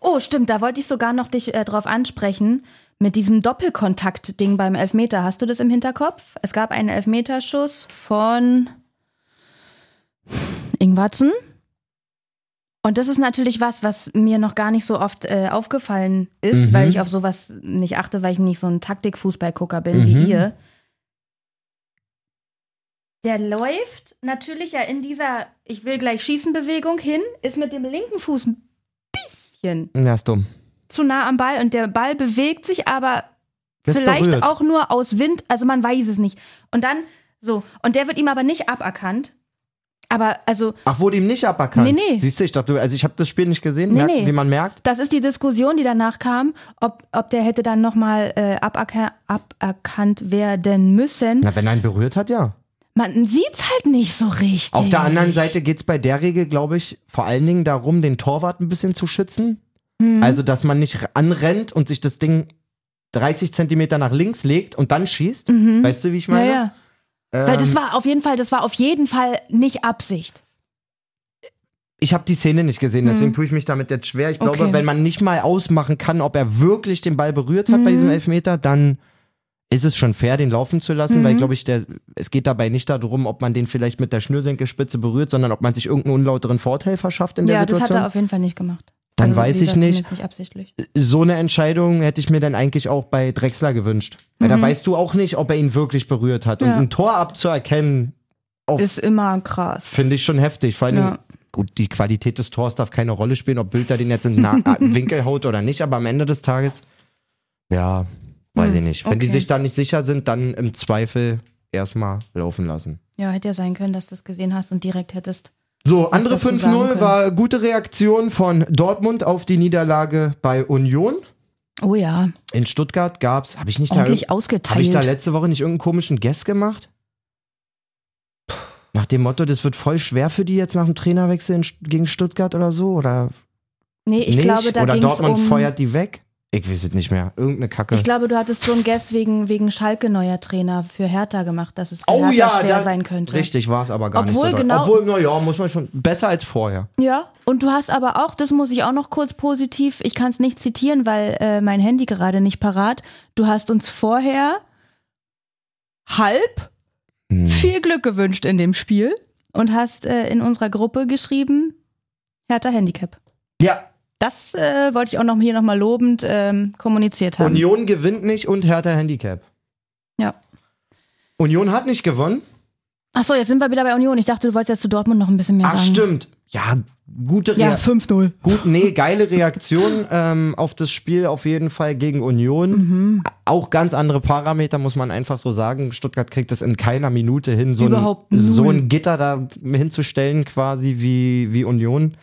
Oh, stimmt, da wollte ich sogar noch dich äh, drauf ansprechen. Mit diesem Doppelkontakt-Ding beim Elfmeter, hast du das im Hinterkopf? Es gab einen Elfmeterschuss von Ingwatzen. Und das ist natürlich was, was mir noch gar nicht so oft äh, aufgefallen ist, Mhm. weil ich auf sowas nicht achte, weil ich nicht so ein Taktikfußballgucker bin Mhm. wie ihr. Der läuft natürlich ja in dieser Ich will gleich schießen Bewegung hin, ist mit dem linken Fuß ein bisschen Ja, ist dumm. zu nah am Ball und der Ball bewegt sich aber Das vielleicht berührt. auch nur aus Wind, also man weiß es nicht. Und dann so, und der wird ihm aber nicht aberkannt. Aber also, Ach, wurde ihm nicht aberkannt? Nee, nee. Siehst du, ich dachte, also ich habe das Spiel nicht gesehen, Nee, merkt, nee. wie man merkt. das ist die Diskussion, die danach kam, ob, ob der hätte dann nochmal äh, aberka aberkannt werden müssen. Na, wenn er ihn berührt hat, ja. Man sieht's halt nicht so richtig. Auf der anderen Seite geht's bei der Regel, glaube ich, vor allen Dingen darum, den Torwart ein bisschen zu schützen. Mhm. Hm. Also, dass man nicht anrennt und sich das Ding 30 Zentimeter nach links legt und dann schießt. Weißt du, wie ich Mhm. Ja, meine? ja. Ähm, Weil das war auf jeden Fall, das war auf jeden Fall nicht Absicht. ich habe die Szene nicht gesehen, deswegen tue ich mich damit jetzt schwer. Ich glaube, Mhm. Okay. wenn man nicht mal ausmachen kann, ob er wirklich den Ball berührt hat bei diesem Mhm. Elfmeter, dann ist es schon fair, den laufen zu lassen, Mhm. weil, glaube ich, der, es geht dabei nicht darum, ob man den vielleicht mit der Schnürsenkelspitze berührt, sondern ob man sich irgendeinen unlauteren Vorteil verschafft in der Ja, das Situation. hat er auf jeden Fall nicht gemacht. Dann Also, wie weiß ich gesagt, nicht. zumindest nicht absichtlich. so eine Entscheidung hätte ich mir dann eigentlich auch bei Drexler gewünscht. Weil da weißt du auch nicht, ob er ihn wirklich berührt hat. Mhm. Ja. Und ein Tor abzuerkennen, Ist immer krass. finde ich schon heftig. Vor allem, Ja. gut, die Qualität des Tors darf keine Rolle spielen, ob Bilder den jetzt in den Na äh, Winkel haut oder nicht. Aber am Ende des Tages, ja, weiß ich nicht. Wenn die okay. sich da nicht sicher sind, dann im Zweifel erstmal laufen lassen. Ja, hätte ja sein können, dass du es gesehen hast und direkt hättest. So, Was andere dazu sagen 5-0 können. war gute Reaktion von Dortmund auf die Niederlage bei Union. Oh ja, In Stuttgart gab's, habe ich nicht da ordentlich Habe ausgeteilt. ich da letzte Woche nicht irgendeinen komischen Guess gemacht? Nach dem Motto, das wird voll schwer für die jetzt nach dem Trainerwechsel in, St- gegen Stuttgart oder so? Oder nee, ich nicht? glaube, da oder ging es Dortmund um. feuert die weg? Ich weiß es nicht mehr. Irgendeine Kacke. Ich glaube, du hattest so ein Guess wegen, wegen Schalke neuer Trainer für Hertha gemacht, dass es für Hertha schwer Oh da- sein könnte. Richtig, war es aber gar Obwohl nicht so doll. genau- Obwohl, naja, muss man schon. Besser als vorher. Ja, und du hast aber auch, das muss ich auch noch kurz positiv, ich kann es nicht zitieren, weil äh, mein Handy gerade nicht parat. Du hast uns vorher halb viel Glück gewünscht in dem Spiel und hast äh, in unserer Gruppe geschrieben, Hertha Handicap. Ja, Das äh, wollte ich auch noch hier nochmal lobend ähm, kommuniziert haben. Union gewinnt nicht und Hertha Handicap. Ja. Union hat nicht gewonnen. Achso, jetzt sind wir wieder bei Union. Ich dachte, du wolltest jetzt zu Dortmund noch ein bisschen mehr Ach, sagen. stimmt. Ja, gute Ja, Reaktion. 5-0. Gut, nee, geile Reaktion ähm, auf das Spiel auf jeden Fall gegen Union. Mhm. Auch ganz andere Parameter, muss man einfach so sagen. Stuttgart kriegt das in keiner Minute hin, so, ein, Überhaupt null. so ein Gitter da hinzustellen, quasi wie, wie Union.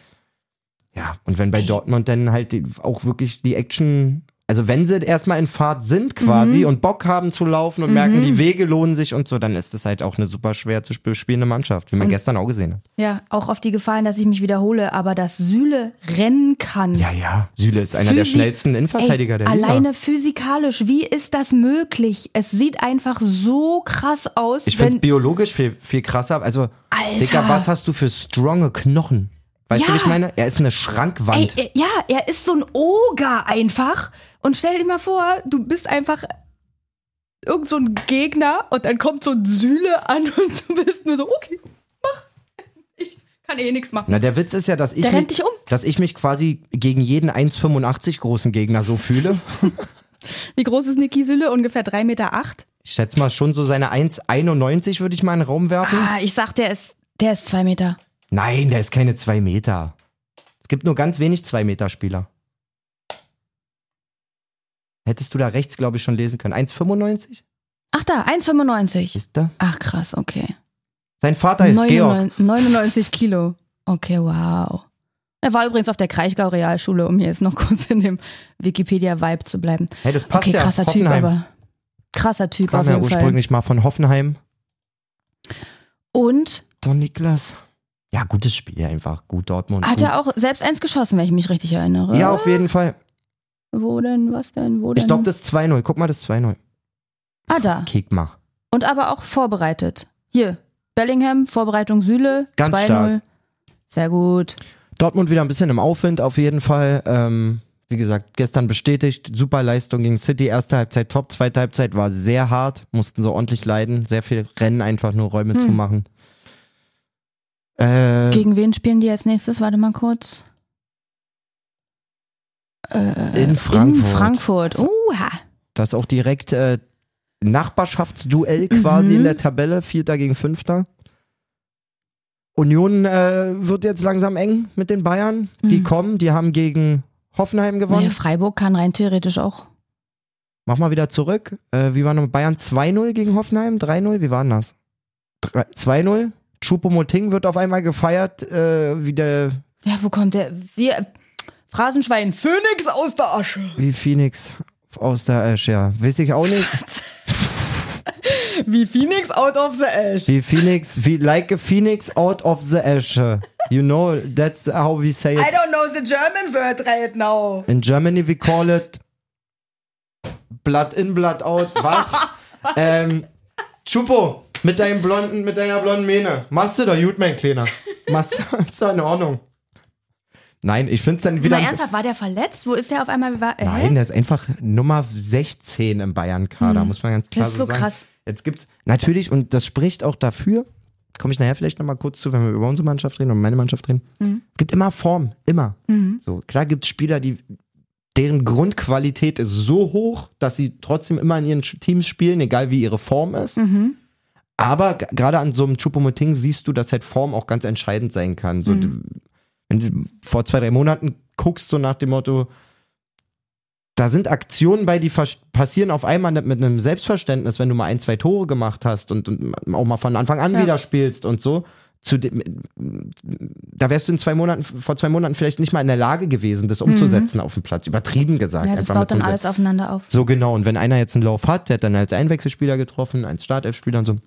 Ja, und wenn bei Dortmund dann halt die, auch wirklich die Action. Also wenn sie erstmal in Fahrt sind Mhm. quasi und Bock haben zu laufen und merken, die Wege lohnen sich und so, dann ist es halt auch eine super schwer zu sp- spielende Mannschaft, wie man gestern auch gesehen hat. Ja, auch auf die Gefahren, dass ich mich wiederhole, aber dass Süle rennen kann. Ja, ja. Süle ist einer der Physi- schnellsten Innenverteidiger Ey, der Liga. Alleine physikalisch, wie ist das möglich? Es sieht einfach so krass aus, Ich finde wenn. es biologisch viel, viel krasser. Also, Alter. Dicker, was hast du für stronge Knochen? Weißt du, Ja. wie ich meine? Er ist eine Schrankwand. Ey, er, ja, er ist so ein Oger einfach. Und stell dir mal vor, du bist einfach irgend so ein Gegner und dann kommt so ein Sühle an und du bist nur so, okay, mach. Ich kann eh nichts machen. Na, der Witz ist ja, dass ich, Der rennt mich, dich um. dass ich mich quasi gegen jeden 1,85 großen Gegner so fühle. Wie groß ist Niki Sühle? Ungefähr 3,8 Meter. Ich schätze mal schon so seine 1,91 würde ich mal in den Raum werfen. Ah, ich sag, der ist, der ist 2 Meter. Nein, der ist keine 2 Meter. Es gibt nur ganz wenig 2-Meter-Spieler. Hättest du da rechts, glaube ich, schon lesen können. 1,95? Ach da, 1,95. Ist da? Ach krass, okay. Sein Vater ist Georg. 99 99 Kilo. Okay, wow. Er war übrigens auf der Kraichgau Realschule, um hier jetzt noch kurz in dem Wikipedia-Vibe zu bleiben. Hey, das passt okay, ja. krasser Typ, Hoffenheim. aber. Krasser Typ Kam auf ja jeden Fall. ursprünglich mal von Hoffenheim. Und Don Niklas. Ja, gutes Spiel einfach. Gut Dortmund. hat gut. er auch selbst eins geschossen, wenn ich mich richtig erinnere. Mhm. Ja, auf jeden Fall. Wo denn, was denn, wo denn? Ich glaube, das ist 2-0. Guck mal, das ist 2-0. Ah, da. Kick mal. Und aber auch vorbereitet. Hier, Bellingham, Vorbereitung Süle, Ganz 2-0. stark. Sehr gut. Dortmund wieder ein bisschen im Aufwind, auf jeden Fall. Ähm, wie gesagt, gestern bestätigt. Super Leistung gegen City. Erste Halbzeit top. Zweite Halbzeit war sehr hart. Mussten so ordentlich leiden. Sehr viel Rennen, einfach nur Räume Hm. zumachen. Äh, Gegen wen spielen die als nächstes? Warte mal kurz. Äh, In Frankfurt. In Frankfurt. Uha. das ist auch direkt äh, Nachbarschaftsduell quasi Mhm. in der Tabelle. Vierter gegen Fünfter. Union äh, wird jetzt langsam eng mit den Bayern. Die Mhm. kommen, die haben gegen Hoffenheim gewonnen. Naja, Freiburg kann rein theoretisch auch. Mach mal wieder zurück. Äh, wie war noch Bayern 2-0 gegen Hoffenheim? 3-0? Wie war denn das? Drei- 2-0? Choupo-Moting wird auf einmal gefeiert, äh, wie der, Ja, wo kommt der? Wir, Phrasenschwein, Phönix aus der Asche. wie Phoenix aus der Asche, ja. Weiß ich auch nicht. Wie Phoenix out of the Ash. Wie Phoenix, wie like a Phoenix out of the Asche. You know, that's how we say it. don't know the German word right now. In Germany we call it Blood in, Blood out. Was? ähm, Chupo, mit deinem blonden, mit deiner blonden Mähne. Machst du doch gut, mein Kleiner. Machst du, ist doch in Ordnung. Nein, ich find's dann wieder. Mal ernsthaft, war der verletzt? Wo ist der auf einmal? War, äh? Nein, der ist einfach Nummer 16 im Bayern-Kader, muss man ganz klar Hm. Das ist so sagen. krass. Jetzt gibt's natürlich, und das spricht auch dafür, komme ich nachher vielleicht nochmal kurz zu, wenn wir über unsere Mannschaft reden und meine Mannschaft reden. Hm. Es gibt immer Form, immer. So, klar gibt's Spieler, die deren Grundqualität ist so hoch, dass sie trotzdem immer in ihren Sch- Teams spielen, egal wie ihre Form ist. Mhm. Aber g- gerade an so einem Chupomoting siehst du, dass halt Form auch ganz entscheidend sein kann. Hm. So, du- Wenn du vor zwei, drei Monaten guckst, so nach dem Motto, da sind Aktionen bei, die vers- passieren auf einmal nicht mit einem Selbstverständnis, wenn du mal ein, zwei Tore gemacht hast und, und auch mal von Anfang an Ja. wieder spielst und so. Zu dem, da wärst du in zwei Monaten, vor zwei Monaten vielleicht nicht mal in der Lage gewesen, das umzusetzen auf dem Platz. Übertrieben gesagt. Mhm. Ja, das mit baut dann so einem alles aufeinander auf. so genau, und wenn einer jetzt einen Lauf hat, der hat dann als Einwechselspieler getroffen, als Startelfspieler und so.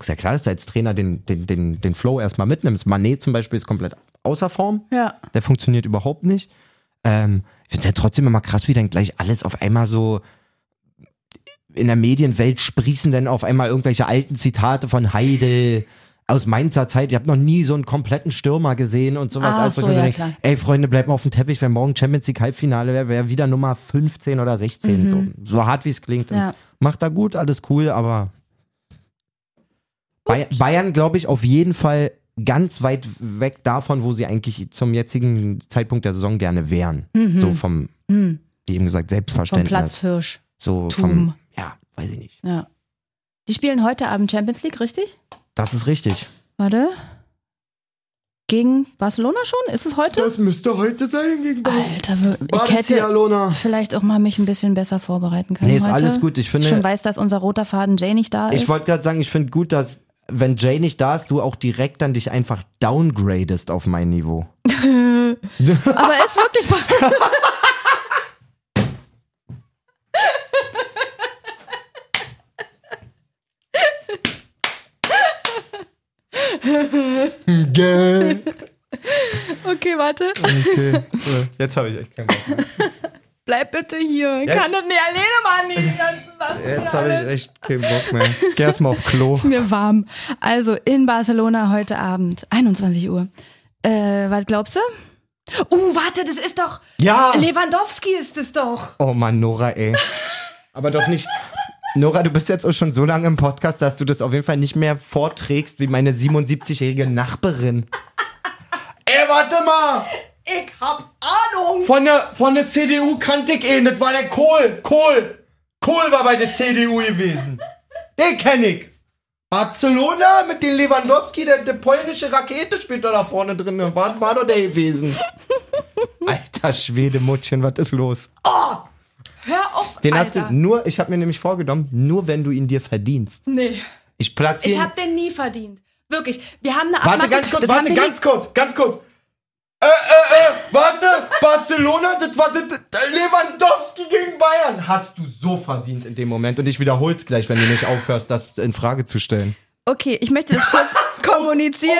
Ist ja klar, dass du als Trainer den, den, den, den Flow erstmal mitnimmst. Manet zum Beispiel ist komplett außer Form. Ja. Der funktioniert überhaupt nicht. Ähm, ich finde es ja trotzdem immer krass, wie dann gleich alles auf einmal so in der Medienwelt sprießen dann auf einmal irgendwelche alten Zitate von Heidel aus Mainzer Zeit. Ich habe noch nie so einen kompletten Stürmer gesehen und sowas. Ach Also so, ich mir ja, denk, klar. Ey, Freunde, bleibt mal auf dem Teppich, wenn morgen Champions League Halbfinale wäre, wäre wieder Nummer 15 oder 16. So, so hart wie es klingt. Mhm. Ja. Macht da gut, alles cool, aber Bay Bayern, glaube ich, auf jeden Fall ganz weit weg davon, wo sie eigentlich zum jetzigen Zeitpunkt der Saison gerne wären. So vom, Hm. wie eben gesagt, Mhm. Vom Selbstverständnis. Platzhirsch. so Tum. vom, ja, weiß ich nicht. Ja. Die spielen heute Abend Champions League, richtig? Das ist richtig. Warte. Gegen Barcelona schon? Ist es heute? müsste heute sein gegen Alter, wir- ich hätte vielleicht auch mal mich ein bisschen besser vorbereiten können. Nee, ist heute. alles gut. Ich Ich schon finde, weiß, dass unser roter Faden Jay nicht da ist. ich wollte gerade sagen, ich finde gut, dass, wenn Jay nicht da ist, du auch direkt dann dich einfach downgradest auf mein Niveau. Aber er ist wirklich. bei- okay, warte. Okay. äh, Jetzt habe ich echt keinen Bock mehr. Bleib bitte hier. Ich kann das nicht alleine machen, die ganzen Sachen. Jetzt habe ich echt keinen Bock mehr. Geh erstmal auf Klo. Ist mir warm. Also in Barcelona heute Abend, 21 Uhr. Äh, was glaubst du? Uh, warte, das ist doch. Ja! Lewandowski ist es doch. Oh Mann, Nora, ey. Aber doch nicht. Nora, du bist jetzt auch schon so lange im Podcast, dass du das auf jeden Fall nicht mehr vorträgst wie meine 77-jährige Nachbarin. Ey, warte mal! Ich hab Ahnung. Von der, von der CDU kannte ich ihn. Das war der Kohl. Kohl. Kohl war bei der CDU gewesen. Den kenne ich. Barcelona mit dem Lewandowski, der, der polnische Rakete spielt da da vorne drin. War, war doch der gewesen. Alter Schwede, Muttchen, was ist los? Hör auf, Den hast du Alter. nur, ich habe mir nämlich vorgenommen, nur wenn du ihn dir verdienst. Nee. Ich platziere. Ich habe den nie verdient. Wirklich. Wir haben eine Warte Abmachung- ganz kurz, Das hat warte mir ganz kurz, ganz kurz. Äh, äh, äh, warte, Barcelona, das war das, das- Lewandowski gegen Bayern. Hast du so verdient in dem Moment und ich wiederhol's gleich, wenn du nicht aufhörst, das in Frage zu stellen. Okay, ich möchte das kurz kommunizieren.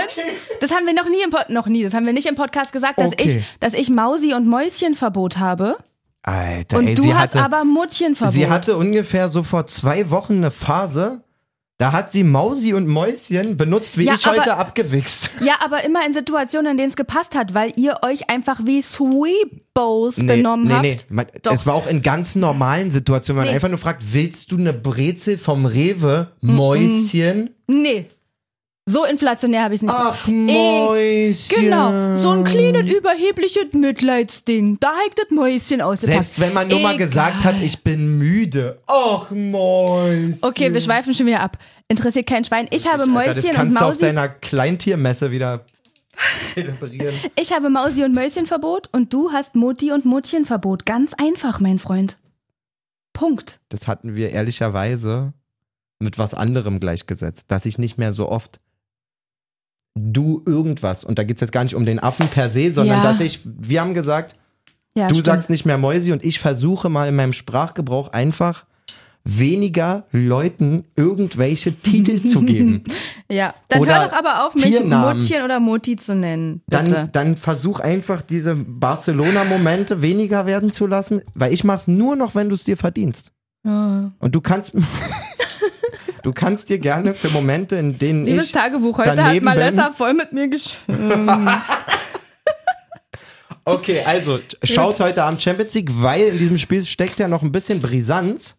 Das haben wir noch nie im Pod noch nie, das haben wir nicht im Podcast gesagt, dass Okay. ich dass ich Mausi und Mäuschenverbot habe Alter, und ey, du sie hast hatte, aber Muttchenverbot. sie hatte ungefähr so vor zwei Wochen eine Phase, da hat sie Mausi und Mäuschen benutzt, wie Ja, ich heute aber- abgewichst. ja, aber immer in Situationen, in denen es gepasst hat, weil ihr euch einfach wie Sweepos benommen habt. Man, Doch. es war auch in ganz normalen Situationen, wenn man Nee. einfach nur fragt, willst du eine Brezel vom Rewe, Mäuschen? Nee. So inflationär habe ich nicht. Ach, Mäuschen. Genau, so ein kleines überhebliches Mitleidsding. Da hängt das Mäuschen aus. Selbst wenn man nur mal gesagt hat, ich bin müde. Ach, Mäuschen. Okay, wir schweifen schon wieder ab. Interessiert kein Schwein. Ich habe Alter, das Mäuschen und kannst du auf Mausi. deiner Kleintiermesse wieder zelebrieren. Ich habe Mausi und Mäuschenverbot und du hast Mutti und Muttchenverbot. Ganz einfach, mein Freund. Punkt. Das hatten wir ehrlicherweise mit was anderem gleichgesetzt, dass ich nicht mehr so oft du irgendwas, und da geht es jetzt gar nicht um den Affen per se, sondern Ja. dass ich, wir haben gesagt, Ja, du stimmt. sagst nicht mehr Mäusi und ich versuche mal in meinem Sprachgebrauch einfach weniger Leuten irgendwelche Titel zu geben. ja. Dann Oder hör doch aber auf, mich Tiernamen. Muttchen oder Mutti zu nennen. Bitte. Dann, dann versuch einfach diese Barcelona-Momente weniger werden zu lassen, weil ich mach's nur noch, wenn du es dir verdienst. Ja. Und du kannst, du kannst dir gerne für Momente, in denen Liebes ich Tagebuch, heute hat daneben Malessa voll mit mir geschrieben. Okay, also schaut heute Abend Champions League, weil in diesem Spiel steckt ja noch ein bisschen Brisanz.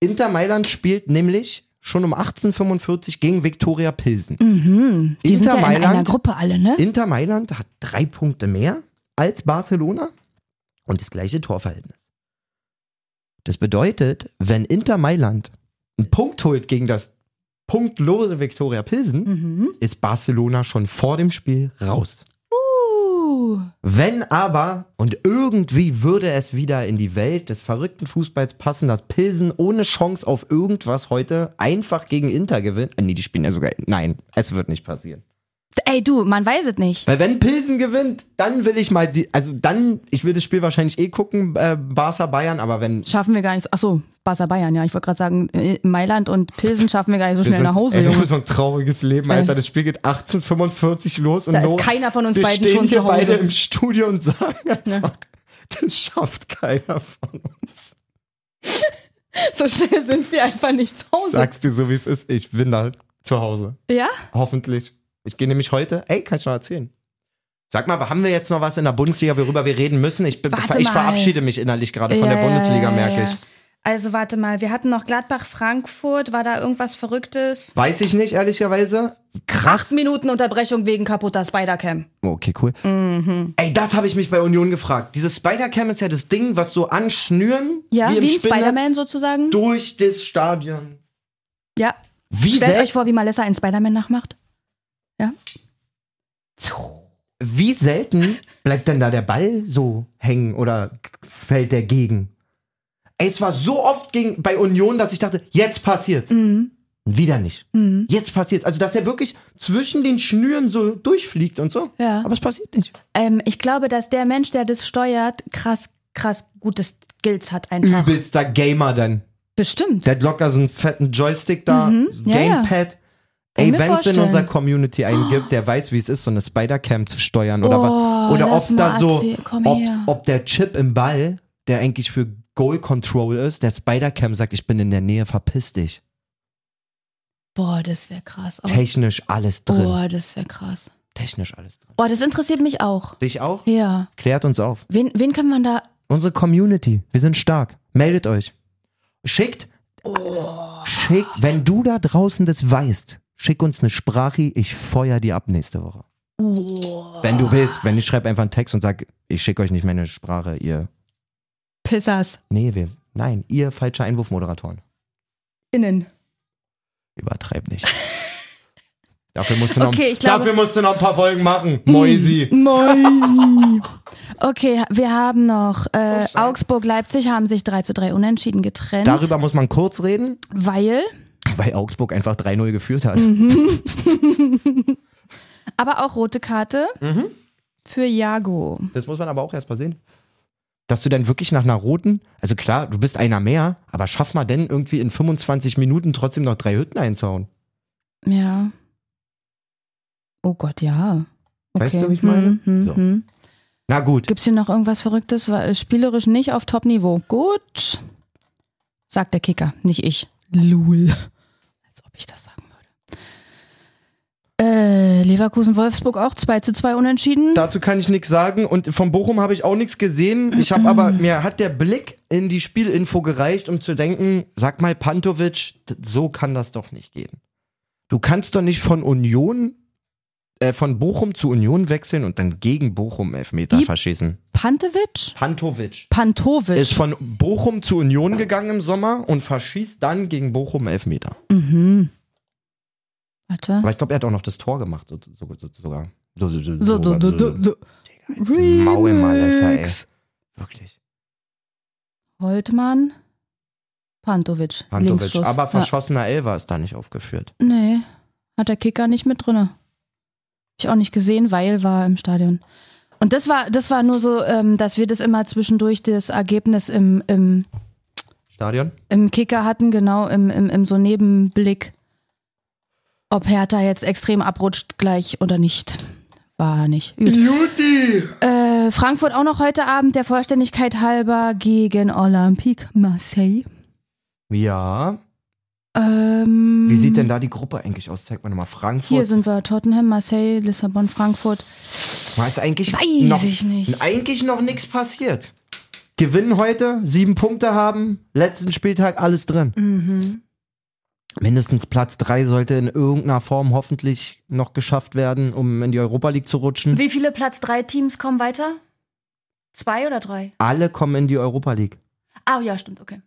Inter Mailand spielt nämlich schon um 1845 gegen Viktoria Pilsen. Mhm. Die sind Inter, ja in einer Mailand, Gruppe alle, ne? Inter Mailand hat drei Punkte mehr als Barcelona und das gleiche Torverhältnis. Das bedeutet, wenn Inter Mailand einen Punkt holt gegen das punktlose Viktoria Pilsen, Mhm. ist Barcelona schon vor dem Spiel raus. Uh. Wenn aber, und irgendwie würde es wieder in die Welt des verrückten Fußballs passen, dass Pilsen ohne Chance auf irgendwas heute einfach gegen Inter gewinnt. Äh, Nee, die spielen ja sogar. Nein, es wird nicht passieren. Ey, du, man weiß es nicht. Weil wenn Pilsen gewinnt, dann will ich mal die. Also dann, ich will das Spiel wahrscheinlich eh gucken, äh, Barca Bayern, aber wenn. Schaffen wir gar nicht. Achso, Barca Bayern, ja. Ich wollte gerade sagen, äh, Mailand und Pilsen schaffen wir gar nicht so schnell wir sind- nach Hause, ey, wir haben Junge. Äh. so ein trauriges Leben, Alter. Das Spiel geht 1845 los und Da no- ist keiner von uns wir beiden stehen schon hier zu Hause. beide im Studio und sagen einfach, das schafft keiner von uns. So schnell sind wir einfach nicht zu Hause. Sagst du so, wie es ist. Ich bin da zu Hause. Ja? Hoffentlich. Ich gehe nämlich heute. Ey, kann ich noch erzählen. Sag mal, haben wir jetzt noch was in der Bundesliga, worüber wir reden müssen? Ich, be- Warte ich mal. verabschiede mich innerlich gerade von der Bundesliga, merke ich. Also warte mal, wir hatten noch Gladbach-Frankfurt, war da irgendwas Verrücktes? Weiß ich nicht, ehrlicherweise. Krass. Acht Minuten Unterbrechung wegen kaputter Spider-Cam. Oh, Okay, cool. Ey, das habe ich mich bei Union gefragt. Dieses Spider-Cam ist ja das Ding, was so anschnüren, Ja, wie, wie, im ein Spinnennetz, Spider-Man sozusagen. durch das Stadion. ja. Wie, Stellt sel- euch vor, wie Malessa einen Spider-Man nachmacht. Ja. wie selten bleibt denn da der Ball so hängen oder k- fällt der gegen? Ey, es war so oft gegen, bei Union, dass ich dachte, jetzt passiert's. Mhm. Wieder nicht. Mhm. Jetzt passiert's. Also, dass er wirklich zwischen den Schnüren so durchfliegt und so. Ja. Aber es passiert nicht. Ähm, ich glaube, dass der Mensch, der das steuert, krass, krass gute Skills hat einfach. Übelster Gamer dann. Bestimmt. Der hat locker so einen fetten Joystick da, Mhm, so ja, ja. Gamepad. Kann Ey, mir wenn es in vorstellen. unserer Community einen gibt, der weiß, wie es ist, so eine Spider-Cam zu steuern oder Oh, was. Oder lass ob es da mal so, erzähl- komm ob's, her. ob der Chip im Ball, der eigentlich für Goal Control ist, der Spider-Cam sagt, ich bin in der Nähe, verpiss dich. Boah, das wäre krass. Oh, Technisch alles drin. boah, das wäre krass. Technisch alles drin. Boah, das interessiert mich auch. Dich auch? Ja. Klärt uns auf. Wen, wen kann man da. Unsere Community, wir sind stark. Meldet euch. Schickt. Oh. Schickt, wenn du da draußen das weißt, schick uns eine Sprache, ich feuer die ab nächste Woche. Wenn du willst, wenn ich schreibe einfach einen Text und sag, ich schicke euch nicht meine Sprache, ihr. Pissers. Nee, wir. Nein, ihr falscher Einwurfmoderatoren. Innen. Übertreib nicht. Dafür musst du noch, Okay, ich glaube- Mm. dafür musst du noch ein paar Folgen machen. Moisi. Moin. Okay, wir haben noch Oh, äh, Augsburg, Leipzig haben sich 3 zu 3 unentschieden getrennt, Darüber muss man kurz reden, weil, weil Augsburg einfach 3-0 geführt hat. Mm. Mhm. aber auch rote Karte Mhm. für Jago. Das muss man aber auch erst mal sehen. Dass du dann wirklich nach einer roten, also klar, du bist einer mehr, aber schaff mal denn irgendwie in 25 Minuten trotzdem noch drei Hütten einzuhauen. Ja. Oh Gott, ja. Okay. Weißt du, wie ich meine? Hm, hm, So. hm. Na gut, Gibt's hier noch irgendwas Verrücktes? War, äh, Spielerisch nicht auf Top-Niveau. Gut. Sagt der Kicker, nicht ich. Lul. Als ob ich das sagen würde. Äh, Leverkusen-Wolfsburg auch 2 zu 2 unentschieden. dazu kann ich nichts sagen und von Bochum habe ich auch nichts gesehen. Ich habe aber, mir hat der Blick in die Spielinfo gereicht, um zu denken, sag mal Pantovic, d- so kann das doch nicht gehen. Du kannst doch nicht von Union, äh, von Bochum zu Union wechseln und dann gegen Bochum Elfmeter Wie? verschießen. Pantovic? Pantovic. Pantovic. ist von Bochum zu Union gegangen im Sommer und verschießt dann gegen Bochum Elfmeter. mhm. Warte. Aber ich glaube, er hat auch noch das Tor gemacht, so, so, so, sogar. So, so, so, So, so, sogar, so, so, so. Jetzt Maul mal, das ist ja, ey. Remix. Wirklich. Holtmann. Pantovic. Pantovic. Linksschuss. Aber ja. verschossener Elfer ist da nicht aufgeführt. Nee, hat der Kicker nicht mit drinne. Hab ich auch nicht gesehen, weil war im Stadion. Und das war, das war nur so, ähm, dass wir das immer zwischendurch das Ergebnis im, im, Stadion? im Kicker hatten, genau, im, im, im so Nebenblick, ob Hertha jetzt extrem abrutscht gleich oder nicht. War nicht. Gut. Äh, Frankfurt auch noch heute Abend, der Vollständigkeit halber, gegen Olympique Marseille. Ja. Ähm, Wie sieht denn da die Gruppe eigentlich aus? Zeig mal nochmal. Hier Frankfurt. sind wir, Tottenham, Marseille, Lissabon, Frankfurt. Mal ist eigentlich Weiß noch, ich nicht. eigentlich noch nichts passiert. Gewinnen heute, sieben Punkte haben, letzten Spieltag alles drin. Mhm. mindestens Platz 3 sollte in irgendeiner Form hoffentlich noch geschafft werden, um in die Europa League zu rutschen. Wie viele Platz 3 Teams kommen weiter? Zwei oder drei? Alle kommen in die Europa League. Ah ja, stimmt, okay.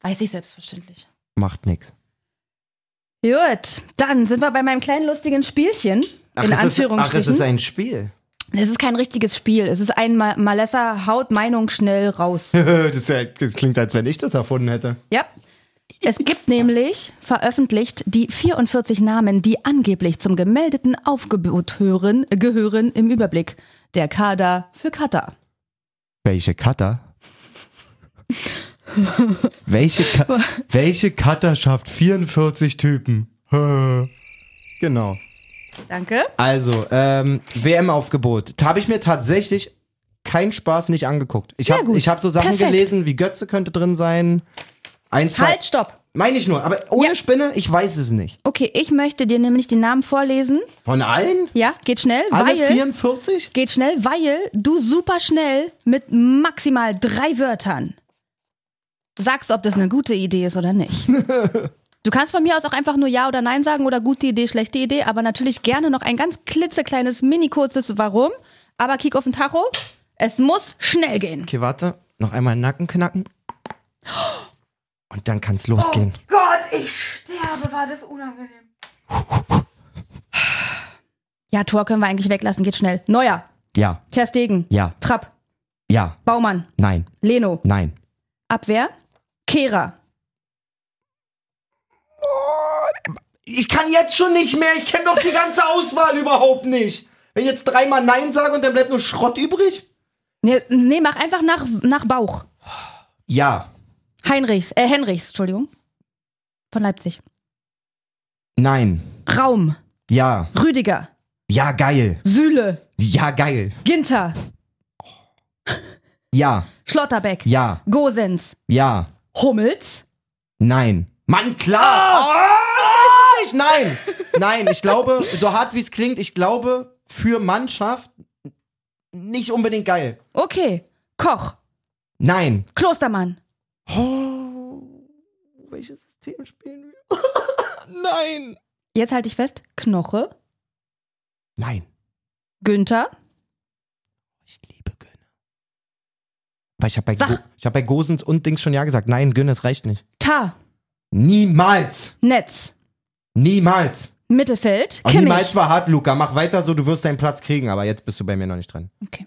Weiß ich selbstverständlich. Macht nix. Gut, dann sind wir bei meinem kleinen lustigen Spielchen. in Anführungsstrichen. ach, es ist ein Spiel. es ist kein richtiges Spiel. Es ist ein Ma Malessa haut Meinung schnell raus. das, ist ja- das klingt, als wenn ich das erfunden hätte. ja. Es gibt nämlich veröffentlicht die 44 Namen, die angeblich zum gemeldeten Aufgebot hören, gehören im Überblick. Der Kader für Katar. Welche Cutter? welche, Ka welche Cutter schafft 44 Typen? genau. Danke. Also, ähm, WM-Aufgebot. Da habe ich mir tatsächlich keinen Spaß nicht angeguckt. Ich Sehr habe gut. hab so Sachen Perfekt. gelesen, wie Götze könnte drin sein. Ein, zwei. Halt, stopp. Meine ich nur, aber ohne Ja. Spinne, ich weiß es nicht. Okay, ich möchte dir nämlich den Namen vorlesen. Von allen? Ja, geht schnell, Alle weil 44? geht schnell, weil du super schnell mit maximal drei Wörtern sagst, ob das eine gute Idee ist oder nicht. Du kannst von mir aus auch einfach nur Ja oder Nein sagen oder gute Idee, schlechte Idee, aber natürlich gerne noch ein ganz klitzekleines, mini kurzes Warum. Aber Kick auf den Tacho, es muss schnell gehen. Okay, warte. Noch einmal Nacken knacken. Und dann kann's losgehen. Gott, ich sterbe, war das unangenehm. Ja, Tor können wir eigentlich weglassen, geht schnell. Neuer, Ja, Ter Stegen, ja, Trapp, ja, Baumann, nein, Leno, nein. Abwehr, Kehrer. Ich kann jetzt schon nicht mehr. Ich kenne doch die ganze Auswahl überhaupt nicht. Wenn ich jetzt dreimal Nein sage und dann bleibt nur Schrott übrig? Nee, nee mach einfach nach, nach Bauch. Ja, Heinrichs, äh, Henrichs, Entschuldigung. Von Leipzig. nein, Raum, ja, Rüdiger, ja, geil, Süle, ja, geil, Ginter, ja, Schlotterbeck, ja, Gosens, ja, Hummels. Nein. Mann, klar! Oh! Ich weiß es nicht. Nein! Nein, ich glaube, so hart wie es klingt, ich glaube, für Mannschaft nicht unbedingt geil. Okay, Koch, Nein. Klostermann. Oh, welches System spielen wir? Nein! Jetzt halte ich fest, Knoche, Nein. Günther. Ich liebe Gönne. Aber ich habe bei, Sag. Go ich hab bei Gosens und Dings schon Ja gesagt. Nein, Gönne, es reicht nicht. Ta, Niemals! Netz, Niemals. Mittelfeld, Aber Kimmich. niemals war hart, Luca. Mach weiter so, du wirst deinen Platz kriegen, aber jetzt bist du bei mir noch nicht dran. Okay.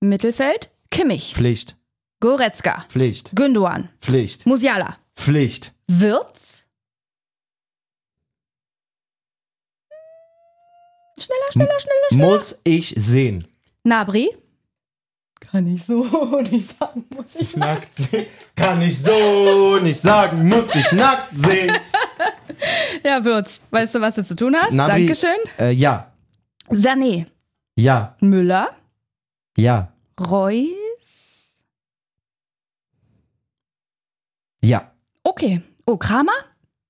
Mittelfeld, Kimmich. Pflicht, Goretzka. Pflicht, Gündoan. Pflicht, Musiala. Pflicht. Wirtz. Schneller, schneller, schneller, schneller. Muss ich sehen. Nabri. Kann ich so nicht sagen, muss ich. Nackt sehen. Kann ich so nicht sagen, muss ich nackt sehen. Ja, Wirtz. Weißt du, was du zu tun hast? Nabri- Dankeschön. Äh, ja, Sané. ja, Müller. ja, Reus. ja. Okay. Oh, Kramer?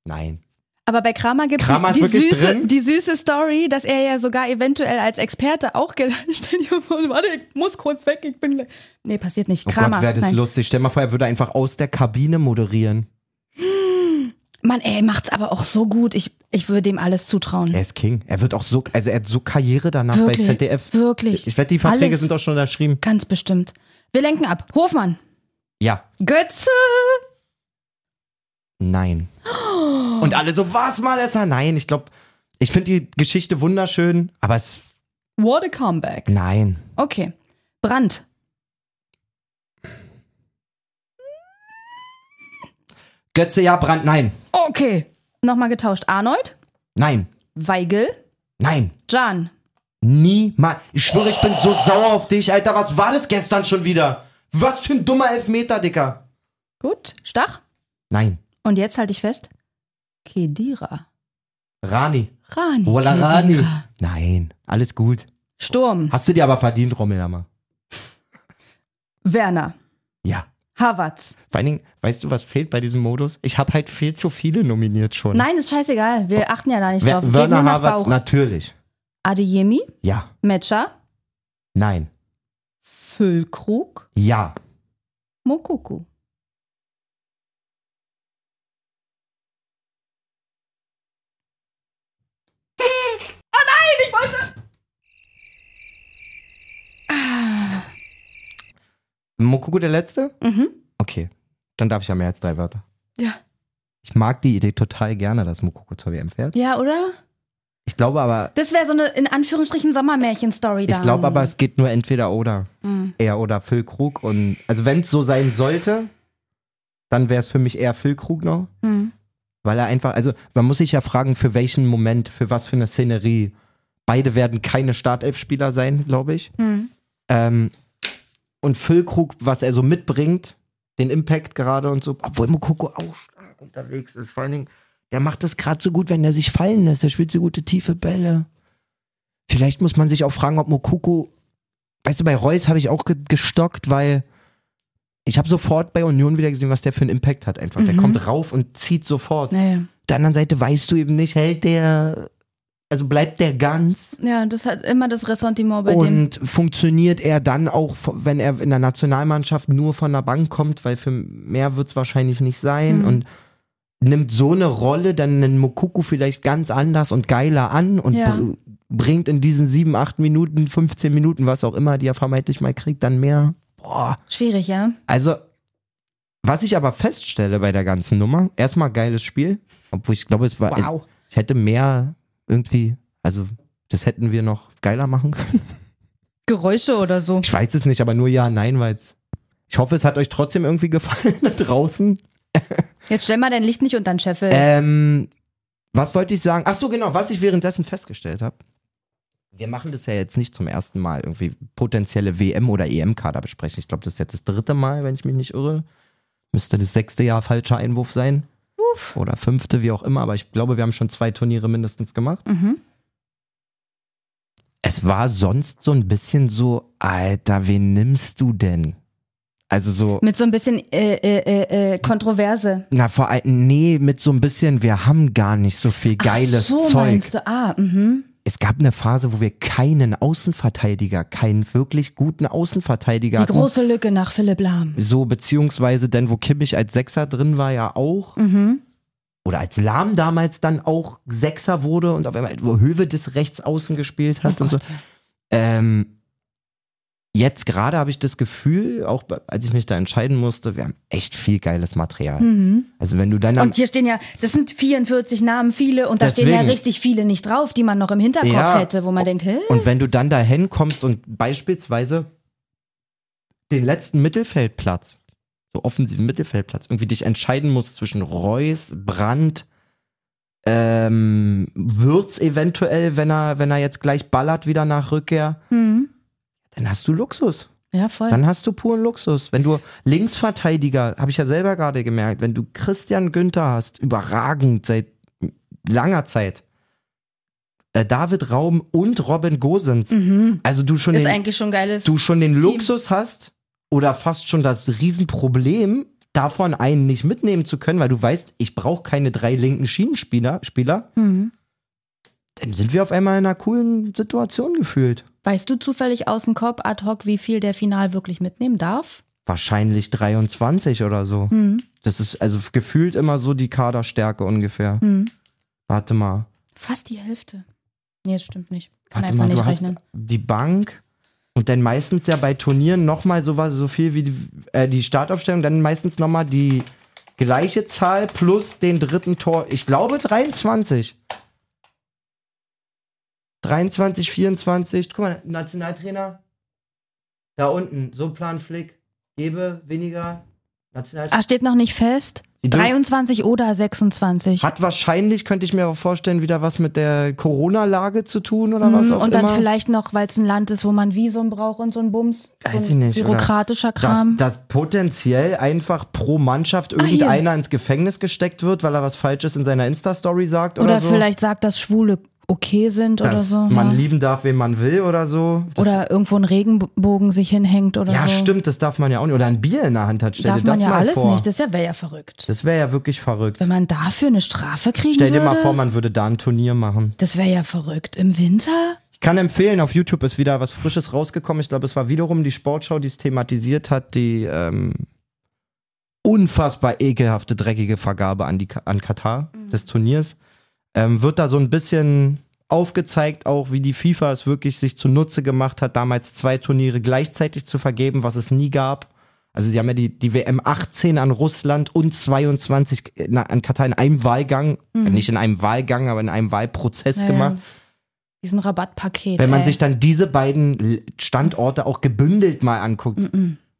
Nein. Oh Aber bei Kramer gibt Kramer es ist die, die, wirklich süße- drin? die süße Story, dass er ja sogar eventuell als Experte auch gelandet. Stell dir vor, warte, ich muss kurz weg, ich bin. gleich- Nee, passiert nicht. Oh Kramer. Gott, wäre das nein. lustig. Stell mal vor, er würde einfach aus der Kabine moderieren. Mann, ey, macht's aber auch so gut. Ich, ich würde ihm alles zutrauen. Er ist King. Er wird auch so, also er hat so Karriere danach Wirklich, bei ZDF. wirklich. Ich wette, die Verträge Alles. sind doch schon unterschrieben. Ganz bestimmt. Wir lenken ab. Hofmann. Ja, Götze. nein. Und alle so, was mal ist er? Nein, ich glaube, ich finde die Geschichte wunderschön, aber es, What a comeback. nein. Okay. Brandt. Götze, ja, Brand, nein. Okay. Nochmal getauscht. Arnold. Nein. Weigel. Nein. Jan. Niemals. Ich schwöre, ich bin so sauer auf dich, Alter. Was war das gestern schon wieder? Was für ein dummer Elfmeter, Dicker. Gut. Stach. Nein. Und jetzt halte ich fest. Kedira. Rani. Rani. Walla Kedira. Rani. Nein. Alles gut. Sturm. Hast du dir aber verdient, Rommelhammer. Werner. Ja. Havertz. Vor allen Dingen, weißt du, was fehlt bei diesem Modus? Ich habe halt viel zu viele nominiert schon. Nein, ist scheißegal. Wir achten ja da nicht Wer- drauf. Geht Werner nur nach Havertz, Bauch. natürlich. Adeyemi. Ja. Metscher. Nein. Füllkrug. Ja. Mokuku. Mokuku der Letzte? Mhm. Okay. Dann darf ich ja mehr als drei Wörter. Ja. Ich mag die Idee total gerne, dass Mokuku zur WM fährt. Ja, oder? Ich glaube aber, Das wäre so eine in Anführungsstrichen Sommermärchen-Story Hm. da. ich glaube aber, es geht nur entweder oder. Er oder Phil Krug. Und also wenn es so sein sollte, dann wäre es für mich eher Phil Krug noch. Hm. Weil er einfach, also man muss sich ja fragen, für welchen Moment, für was für eine Szenerie. Beide werden keine Startelf-Spieler sein, glaube ich. Hm. Ähm, und Füllkrug, was er so mitbringt, den Impact gerade und so, obwohl Mokoko auch stark unterwegs ist. Vor allen Dingen, der macht das gerade so gut, wenn er sich fallen lässt. Der spielt so gute tiefe Bälle. Vielleicht muss man sich auch fragen, ob Mokoko. Weißt du, bei Reus habe ich auch ge gestockt, weil ich habe sofort bei Union wieder gesehen, was der für einen Impact hat einfach. Der Mhm. kommt rauf und zieht sofort. Naja. Auf der anderen Seite weißt du eben nicht, hält der, also bleibt der ganz. Ja, das hat immer das Ressentiment bei dem. Und funktioniert er dann auch, wenn er in der Nationalmannschaft nur von der Bank kommt, weil für mehr wird es wahrscheinlich nicht sein Mhm. und nimmt so eine Rolle dann einen Mokuku vielleicht ganz anders und geiler an und Ja. br bringt in diesen sieben, acht Minuten, 15 Minuten, was auch immer, die er vermeintlich mal kriegt, dann mehr. Boah. Schwierig, ja? Also, was ich aber feststelle bei der ganzen Nummer, erstmal geiles Spiel, obwohl ich glaube, es war, ich, ich hätte mehr irgendwie, also das hätten wir noch geiler machen können. Geräusche oder so. Ich weiß es nicht, aber nur ja, nein, weil ich hoffe, es hat euch trotzdem irgendwie gefallen da draußen. Jetzt stell mal dein Licht nicht unter den Scheffel. Ähm, was wollte ich sagen? Ach so, genau, was ich währenddessen festgestellt habe. Wir machen das ja jetzt nicht zum ersten Mal irgendwie potenzielle WM oder E EM-Kader besprechen. Ich glaube, das ist jetzt das dritte Mal, wenn ich mich nicht irre. Müsste das sechste Jahr falscher Einwurf sein. Oder fünfte, wie auch immer. Aber ich glaube, wir haben schon zwei Turniere mindestens gemacht. Mhm. Es war sonst so ein bisschen so, Alter, wen nimmst du denn? Also so. Mit so ein bisschen äh, äh, äh, äh, Kontroverse. Na, vor allem, nee, mit so ein bisschen, wir haben gar nicht so viel geiles Ach so Zeug. meinst du. Ah, mhm. Es gab eine Phase, wo wir keinen Außenverteidiger, keinen wirklich guten Außenverteidiger Die große Lücke nach Philipp Lahm. So, beziehungsweise denn, wo Kimmich als Sechser drin war, ja auch. Mhm. Oder als Lahm damals dann auch Sechser wurde Oh und auf einmal, wo Höwe des Rechts außen gespielt hat und so. Ähm, jetzt gerade habe ich das Gefühl, auch bei- als ich mich da entscheiden musste, wir haben echt viel geiles Material. Also wenn du dann am Hm. Mhm. Und hier stehen ja, das sind 44 Namen, viele, und da stehen Deswegen. ja richtig viele nicht drauf, die man noch im Hinterkopf Ja. hätte, wo man denkt, hä? Und wenn du dann dahin kommst und beispielsweise den letzten Mittelfeldplatz, so offensiven Mittelfeldplatz, irgendwie dich entscheiden musst zwischen Reus, Brandt, ähm, Würz eventuell, wenn er, wenn er jetzt gleich ballert wieder nach Rückkehr, Mhm. dann hast du Luxus. Ja, voll. Dann hast du puren Luxus. Wenn du Linksverteidiger, habe ich ja selber gerade gemerkt, wenn du Christian Günther hast, überragend seit langer Zeit. Äh, David Raum und Robin Gosens. mhm. Also du schon, Ist den, eigentlich schon geiles. du schon den Team. Luxus hast oder fast schon das Riesenproblem, davon einen nicht mitnehmen zu können, weil du weißt, ich brauche keine drei linken Schienenspieler, Spieler, mhm. dann sind wir auf einmal in einer coolen Situation gefühlt. Weißt du zufällig aus dem Kopf ad hoc, wie viel der Final wirklich mitnehmen darf? Wahrscheinlich 23 oder so. Mhm. Das ist also gefühlt immer so die Kaderstärke ungefähr. Mhm. Warte mal. Fast die Hälfte. Nee, das stimmt nicht. Kann Warte einfach mal, du nicht hast rechnen. die Bank und dann meistens ja bei Turnieren nochmal sowas, so viel wie die, äh, die Startaufstellung, dann meistens nochmal die gleiche Zahl plus den dritten Tor. Ich glaube 23. 23, 24. Guck mal, Nationaltrainer. Da unten, so Plan Flick. Gebe weniger. Nationaltrainer. Ah, steht noch nicht fest. Sie dür- 23 oder 26. Hm. Hat wahrscheinlich, könnte ich mir auch vorstellen, wieder was mit der Corona-Lage zu tun oder was Mhm, auch und immer. dann vielleicht noch, weil es ein Land ist, wo man Visum braucht und so ein Bums. Weiß so ich ein nicht, oder? Bürokratischer dass, Kram. dass potenziell einfach pro Mannschaft hier. irgendeiner ins Gefängnis gesteckt wird, weil er was Falsches in seiner Insta-Story sagt oder, oder so. vielleicht sagt, dass Schwule okay sind oder dass so. man ja. lieben darf, wen man will oder so. Das, Oder irgendwo ein Regenbogen sich hinhängt oder ja, so. stimmt, das darf man ja auch nicht. Oder ein Bier in der Hand hat, stell Also- Darf dir das man ja mal alles vor. nicht. Das wäre ja verrückt. Das wäre ja wirklich verrückt. Wenn man dafür eine Strafe kriegen Stell dir würde. mal vor, man würde da ein Turnier machen. das wäre ja verrückt. Im Winter? Ich kann empfehlen, auf YouTube ist wieder was Frisches rausgekommen. Ich glaube, es war wiederum die Sportschau, die es thematisiert hat, die ähm, unfassbar ekelhafte, dreckige Vergabe an, die, Ka- an Katar des Turniers. Ähm, wird da so ein bisschen aufgezeigt, auch wie die FIFA es wirklich sich zunutze gemacht hat, damals zwei Turniere gleichzeitig zu vergeben, was es nie gab. Also sie haben ja die, die WM 18 an Russland und 22 in- an Katar in einem Wahlgang, nicht in einem Wahlgang, aber in einem Wahlprozess Naja, gemacht. Diesen Rabattpaket. Wenn man ey. sich dann diese beiden L- Standorte auch gebündelt mal anguckt,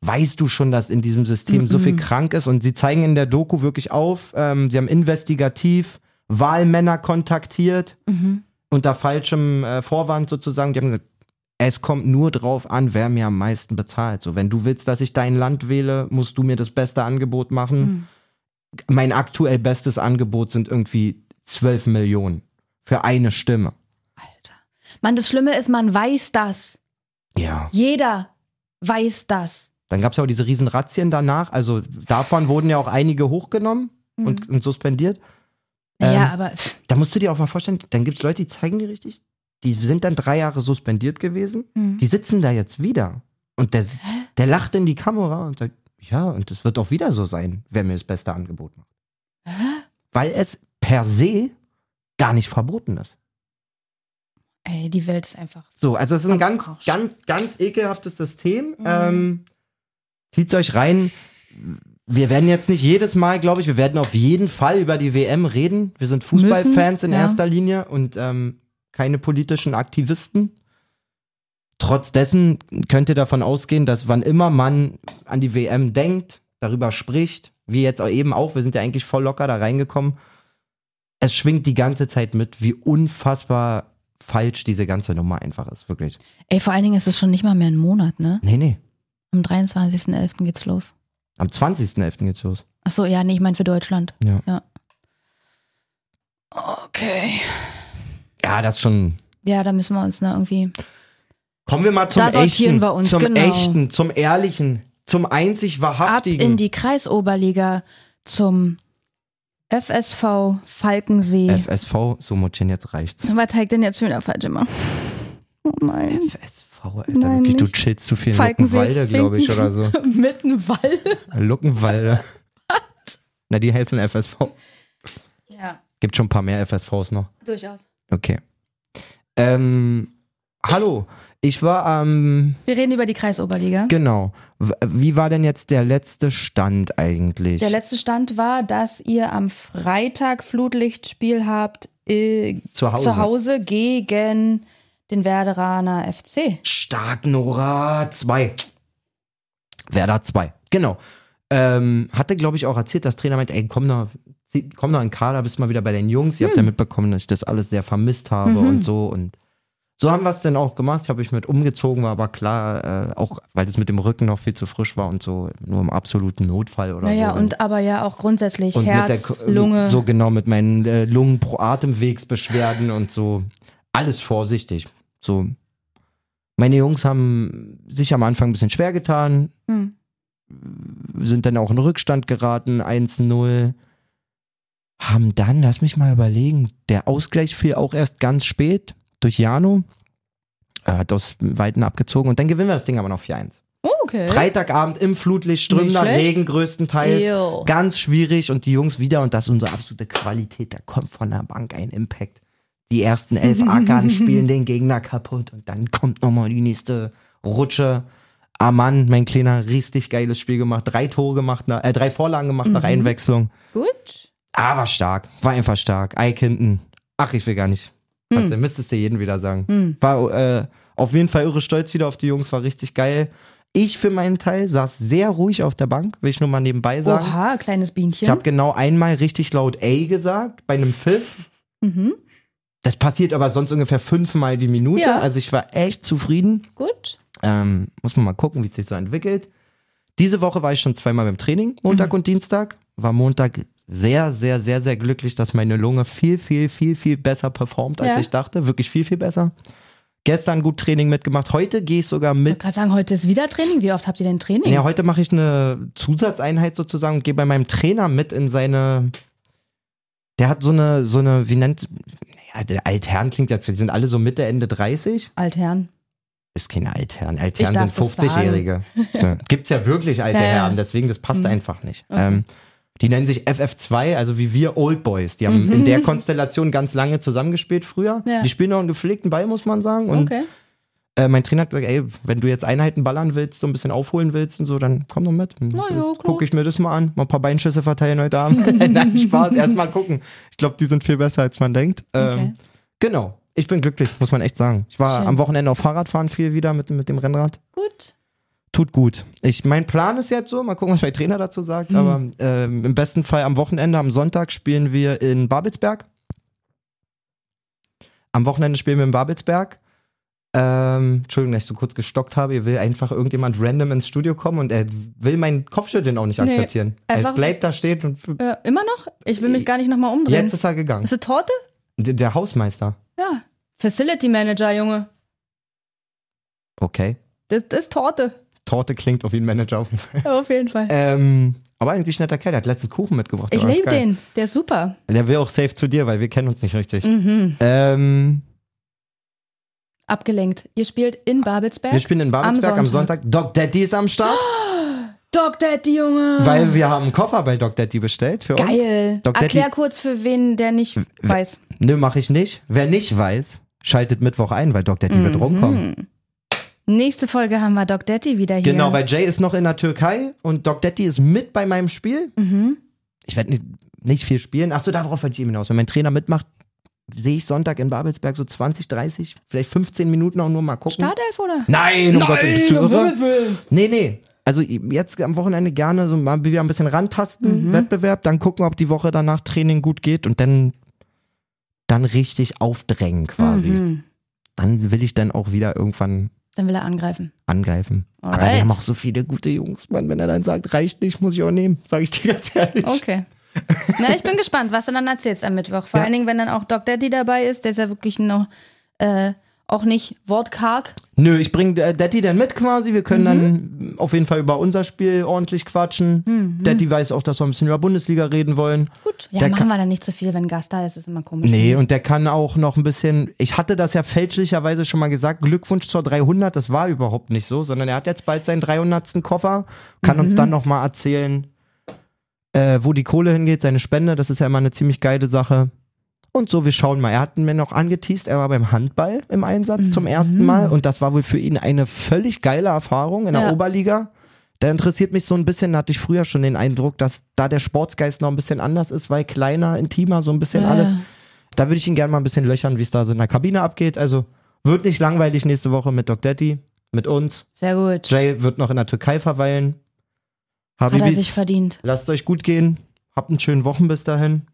weißt du schon, dass in diesem System so viel krank ist. Und sie zeigen in der Doku wirklich auf, ähm, sie haben investigativ Wahlmänner kontaktiert, Mhm. unter falschem äh, Vorwand sozusagen. Die haben gesagt, es kommt nur drauf an, wer mir am meisten bezahlt. So, wenn du willst, dass ich dein Land wähle, musst du mir das beste Angebot machen. Mein aktuell bestes Angebot sind irgendwie 12 Millionen für eine Stimme. Alter. Mann, das Schlimme ist, man weiß das. Ja. Jeder weiß das. Dann gab es ja auch diese riesen Razzien danach. Also davon wurden ja auch einige hochgenommen Mhm. und, und suspendiert. Naja, Ähm, Hm. aber pff, Da musst du dir auch mal vorstellen, dann gibt es Leute, die zeigen dir richtig, die sind dann drei Jahre suspendiert gewesen. Mhm. hm. Die sitzen da jetzt wieder. Und der, der lacht in die Kamera und sagt, ja, und das wird auch wieder so sein, wer mir das beste Angebot macht. Weil es per se gar nicht verboten ist. ey, die Welt ist einfach. So, also es ist ein Am ganz, Arsch. ganz, ganz ekelhaftes System. Ähm, zieht's euch rein. Wir werden jetzt nicht jedes Mal, glaube ich, wir werden auf jeden Fall über die WM reden. Wir sind Fußballfans Müssen, in ja. erster Linie und ähm, keine politischen Aktivisten. Trotz dessen könnt ihr davon ausgehen, dass wann immer man an die WM denkt, darüber spricht, wie jetzt auch eben auch, wir sind ja eigentlich voll locker da reingekommen, es schwingt die ganze Zeit mit, wie unfassbar falsch diese ganze Nummer einfach ist, wirklich. Ey, vor allen Dingen ist es schon nicht mal mehr ein Monat, ne? Nee, nee. Am 23.11. geht's los. Am 20.11. geht's los. Achso, ja, nee, ich meine für Deutschland. Ja. Okay. Ja, das schon. Ja, da müssen wir uns ne, irgendwie. Kommen wir mal zum Da sortieren echten, wir uns, zum genau. echten, zum ehrlichen, zum einzig Ab wahrhaftigen. in die Kreisoberliga zum FSV Falkensee. FSV, so Mutchen, jetzt reicht's. Was teigt denn jetzt schon wieder falsch immer? Oh nein. FSV, Alter, Nein, wirklich, du nicht. chillst zu viel in Falkensee, Luckenwalde, glaube ich, Finken. oder so. Mittenwalde. Luckenwalde. Na, die heißen FSV. Ja, Gibt schon ein paar mehr FSVs noch. durchaus. Okay. Ähm, hallo, Ich war am, Wir reden über die Kreisoberliga. genau. W- Wie war denn jetzt der letzte Stand eigentlich? Der letzte Stand war, dass ihr am Freitag Flutlichtspiel habt äh, Zu Hause. zu Hause gegen den Werderaner FC. Stark, Nora 2. Werder 2, genau. Ähm, hatte, glaube ich, auch erzählt, dass Trainer meint, ey, komm da, zieh- komm da in den Kader, bist mal wieder bei den Jungs. Ihr habt Hm. ja mitbekommen, dass ich das alles sehr vermisst habe Mhm. und so. Und so haben wir es dann auch gemacht. Habe ich mit umgezogen, war aber klar, äh, auch weil es mit dem Rücken noch viel zu frisch war und so, nur im absoluten Notfall oder Naja, so. und aber ja auch grundsätzlich Und Herz, mit der K- Lunge. So genau, mit meinen äh, Lungen pro Atemwegsbeschwerden und so. Alles vorsichtig. So. Meine Jungs haben sich am Anfang ein bisschen schwer getan, Hm. sind dann auch in Rückstand geraten, 1-0. Haben dann, lass mich mal überlegen, der Ausgleich fiel auch erst ganz spät durch Jano. Er hat aus Weiten abgezogen und dann gewinnen wir das Ding aber noch 4-1. Oh, okay. Freitagabend im Flutlicht, Strömender schlecht. Regen größtenteils. Jo. Ganz schwierig und die Jungs wieder und das ist unsere absolute Qualität. Da kommt von der Bank ein Impact. Die ersten elf Ackern spielen den Gegner kaputt und dann kommt nochmal die nächste Rutsche. Ah Mann, mein Kleiner, richtig geiles Spiel gemacht. Drei Tore gemacht, nach, äh, drei Vorlagen gemacht nach Einwechslung. Gut. Aber stark, war einfach stark. Eikinden. Ach, ich will gar nicht. Hm. Müsstest du jeden wieder sagen. Hm. War äh, auf jeden Fall irre stolz wieder auf die Jungs, war richtig geil. Ich für meinen Teil saß sehr ruhig auf der Bank, will ich nur mal nebenbei sagen. Oha, kleines Bienchen. Ich habe genau einmal richtig laut A gesagt bei einem Pfiff. mhm. Das passiert aber sonst ungefähr fünfmal die Minute. Ja. Also ich war echt zufrieden. Gut. Ähm, muss man mal gucken, wie es sich so entwickelt. Diese Woche war ich schon zweimal beim Training, Montag Mhm. und Dienstag. War Montag sehr, sehr, sehr, sehr glücklich, dass meine Lunge viel, viel, viel, viel besser performt, als Ja. ich dachte. Wirklich viel, viel besser. Gestern gut Training mitgemacht. Heute gehe ich sogar Ich mit. kann sagen, heute ist wieder Training. Wie oft habt ihr denn Training? Ja, heute mache ich eine Zusatzeinheit sozusagen und gehe bei meinem Trainer mit in seine. Der hat so eine, so eine, wie nennt, naja, der Altherren klingt jetzt, die sind alle so Mitte, Ende 30. Altherren. Ist keine Altherren, Ich Altherren darf sind das 50-Jährige. So. Gibt's ja wirklich alte Ja, Mhm. ja. Herren, deswegen, das passt einfach nicht. Ähm, die nennen sich FF2, also wie wir Old Boys. Die haben in der Konstellation ganz lange zusammengespielt früher. Mhm. Ja. Die spielen noch einen gepflegten Ball, muss man sagen. Und okay. äh, mein Trainer hat gesagt, ey, wenn du jetzt Einheiten ballern willst, so ein bisschen aufholen willst und so, dann komm doch mit. Na ja, Dann klar. Guck ich mir das mal an. Mal ein paar Beinschüsse verteilen heute Abend. Nein, Spaß, erstmal gucken. Ich glaube, die sind viel besser, als man denkt. Ähm, Okay. Genau. Ich bin glücklich, muss man echt sagen. Ich war Schön. am Wochenende auf Fahrradfahren viel wieder mit, mit dem Rennrad. Gut. Tut gut. Ich, mein Plan ist jetzt so, mal gucken, was mein Trainer dazu sagt. Hm. Aber ähm, im besten Fall am Wochenende, am Sonntag spielen wir in Babelsberg. Am Wochenende spielen wir in Babelsberg. Ähm, Entschuldigung, dass ich so kurz gestockt habe. Hier will einfach irgendjemand random ins Studio kommen und er will meinen Kopfschütteln auch nicht Nee, akzeptieren. einfach- er bleibt da stehen und Äh, immer noch? Ich will mich gar nicht nochmal umdrehen. jetzt ist er gegangen. ist es Torte? D- Der Hausmeister. Ja. Facility Manager, Junge. Okay. Das ist Torte. Torte klingt auf jeden Manager auf jeden Fall. Auf jeden Fall. Ähm, aber eigentlich netter Kerl, der hat letztens Kuchen mitgebracht. ich der war liebe ganz geil. den. Der ist super. Der will auch safe zu dir, weil wir kennen uns nicht richtig. Mhm. Ähm, Abgelenkt. Ihr spielt in Babelsberg. wir spielen in Babelsberg am Sonntag. Ah. Doc Daddy ist am Start, Dog Daddy, Junge. weil wir haben einen Koffer bei Doc Daddy bestellt für uns. Geil. Doc Daddy- Erklär kurz für wen, der nicht weiß. Nö, mache ich nicht. Wer nicht weiß, schaltet Mittwoch ein, weil Doc Daddy wird rumkommen. Nächste Folge haben wir Doc Daddy wieder hier. Genau, weil Jay ist noch in der Türkei und Doc Daddy ist mit bei meinem Spiel. Ich werde nicht, nicht viel spielen. Achso, darauf wollte ich eben hinaus. Wenn mein Trainer mitmacht, sehe ich Sonntag in Babelsberg so 20, 30, vielleicht 15 Minuten auch nur mal gucken. Startelf, oder? Nein, um Gottes bist du um irre? Himmels Willen. Nee, nee. Also jetzt am Wochenende gerne so mal wieder ein bisschen rantasten, Mhm. Wettbewerb, dann gucken, ob die Woche danach Training gut geht und dann, dann richtig aufdrängen quasi. Mhm. Dann will ich dann auch wieder irgendwann Dann will er angreifen. angreifen. Aber Alright. wir haben auch so viele gute Jungs, Mann. Wenn er dann sagt, reicht nicht, muss ich auch nehmen, sage ich dir ganz ehrlich. Okay. Na, ich bin gespannt, was du dann erzählst am Mittwoch. Vor Ja. allen Dingen, wenn dann auch Doc Daddy dabei ist, der ist ja wirklich noch äh, auch nicht wortkarg. Nö, ich bringe äh, Daddy dann mit quasi. Wir können Mhm. dann auf jeden Fall über unser Spiel ordentlich quatschen. Daddy weiß auch, dass wir ein bisschen über Bundesliga reden wollen. Gut. Ja, Der machen kann- wir dann nicht so viel, wenn ein Gast da ist, ist immer komisch. Mhm. Nee, und der kann auch noch ein bisschen. Ich hatte das ja fälschlicherweise schon mal gesagt. Glückwunsch zur 300. Das war überhaupt nicht so, sondern er hat jetzt bald seinen 300. Koffer. Kann Mhm. uns dann noch mal erzählen, äh, wo die Kohle hingeht, seine Spende. Das ist ja immer eine ziemlich geile Sache. Und so, wir schauen mal. Er hat mir noch angeteased, er war beim Handball im Einsatz Mhm. zum ersten Mal und das war wohl für ihn eine völlig geile Erfahrung in der Ja. Oberliga. Da interessiert mich so ein bisschen, da hatte ich früher schon den Eindruck, dass da der Sportsgeist noch ein bisschen anders ist, weil kleiner, intimer, so ein bisschen Ja. alles. Da würde ich ihn gerne mal ein bisschen löchern, wie es da so in der Kabine abgeht. Also wird nicht langweilig nächste Woche mit Doc Daddy, mit uns. Sehr gut. Jay wird noch in der Türkei verweilen. Hat er sich Habibis, verdient. lasst euch gut gehen. Habt einen schönen Wochen bis dahin.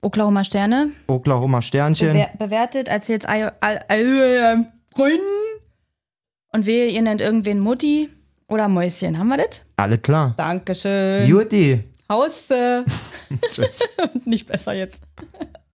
Oklahoma Sterne. Oklahoma Sternchen. Bewer bewertet, erzählt Freunden. Und wehe, ihr nennt irgendwen Mutti oder Mäuschen. Haben wir das? Alles klar. Dankeschön. Juti. Hause. Tschüss. Nicht besser jetzt.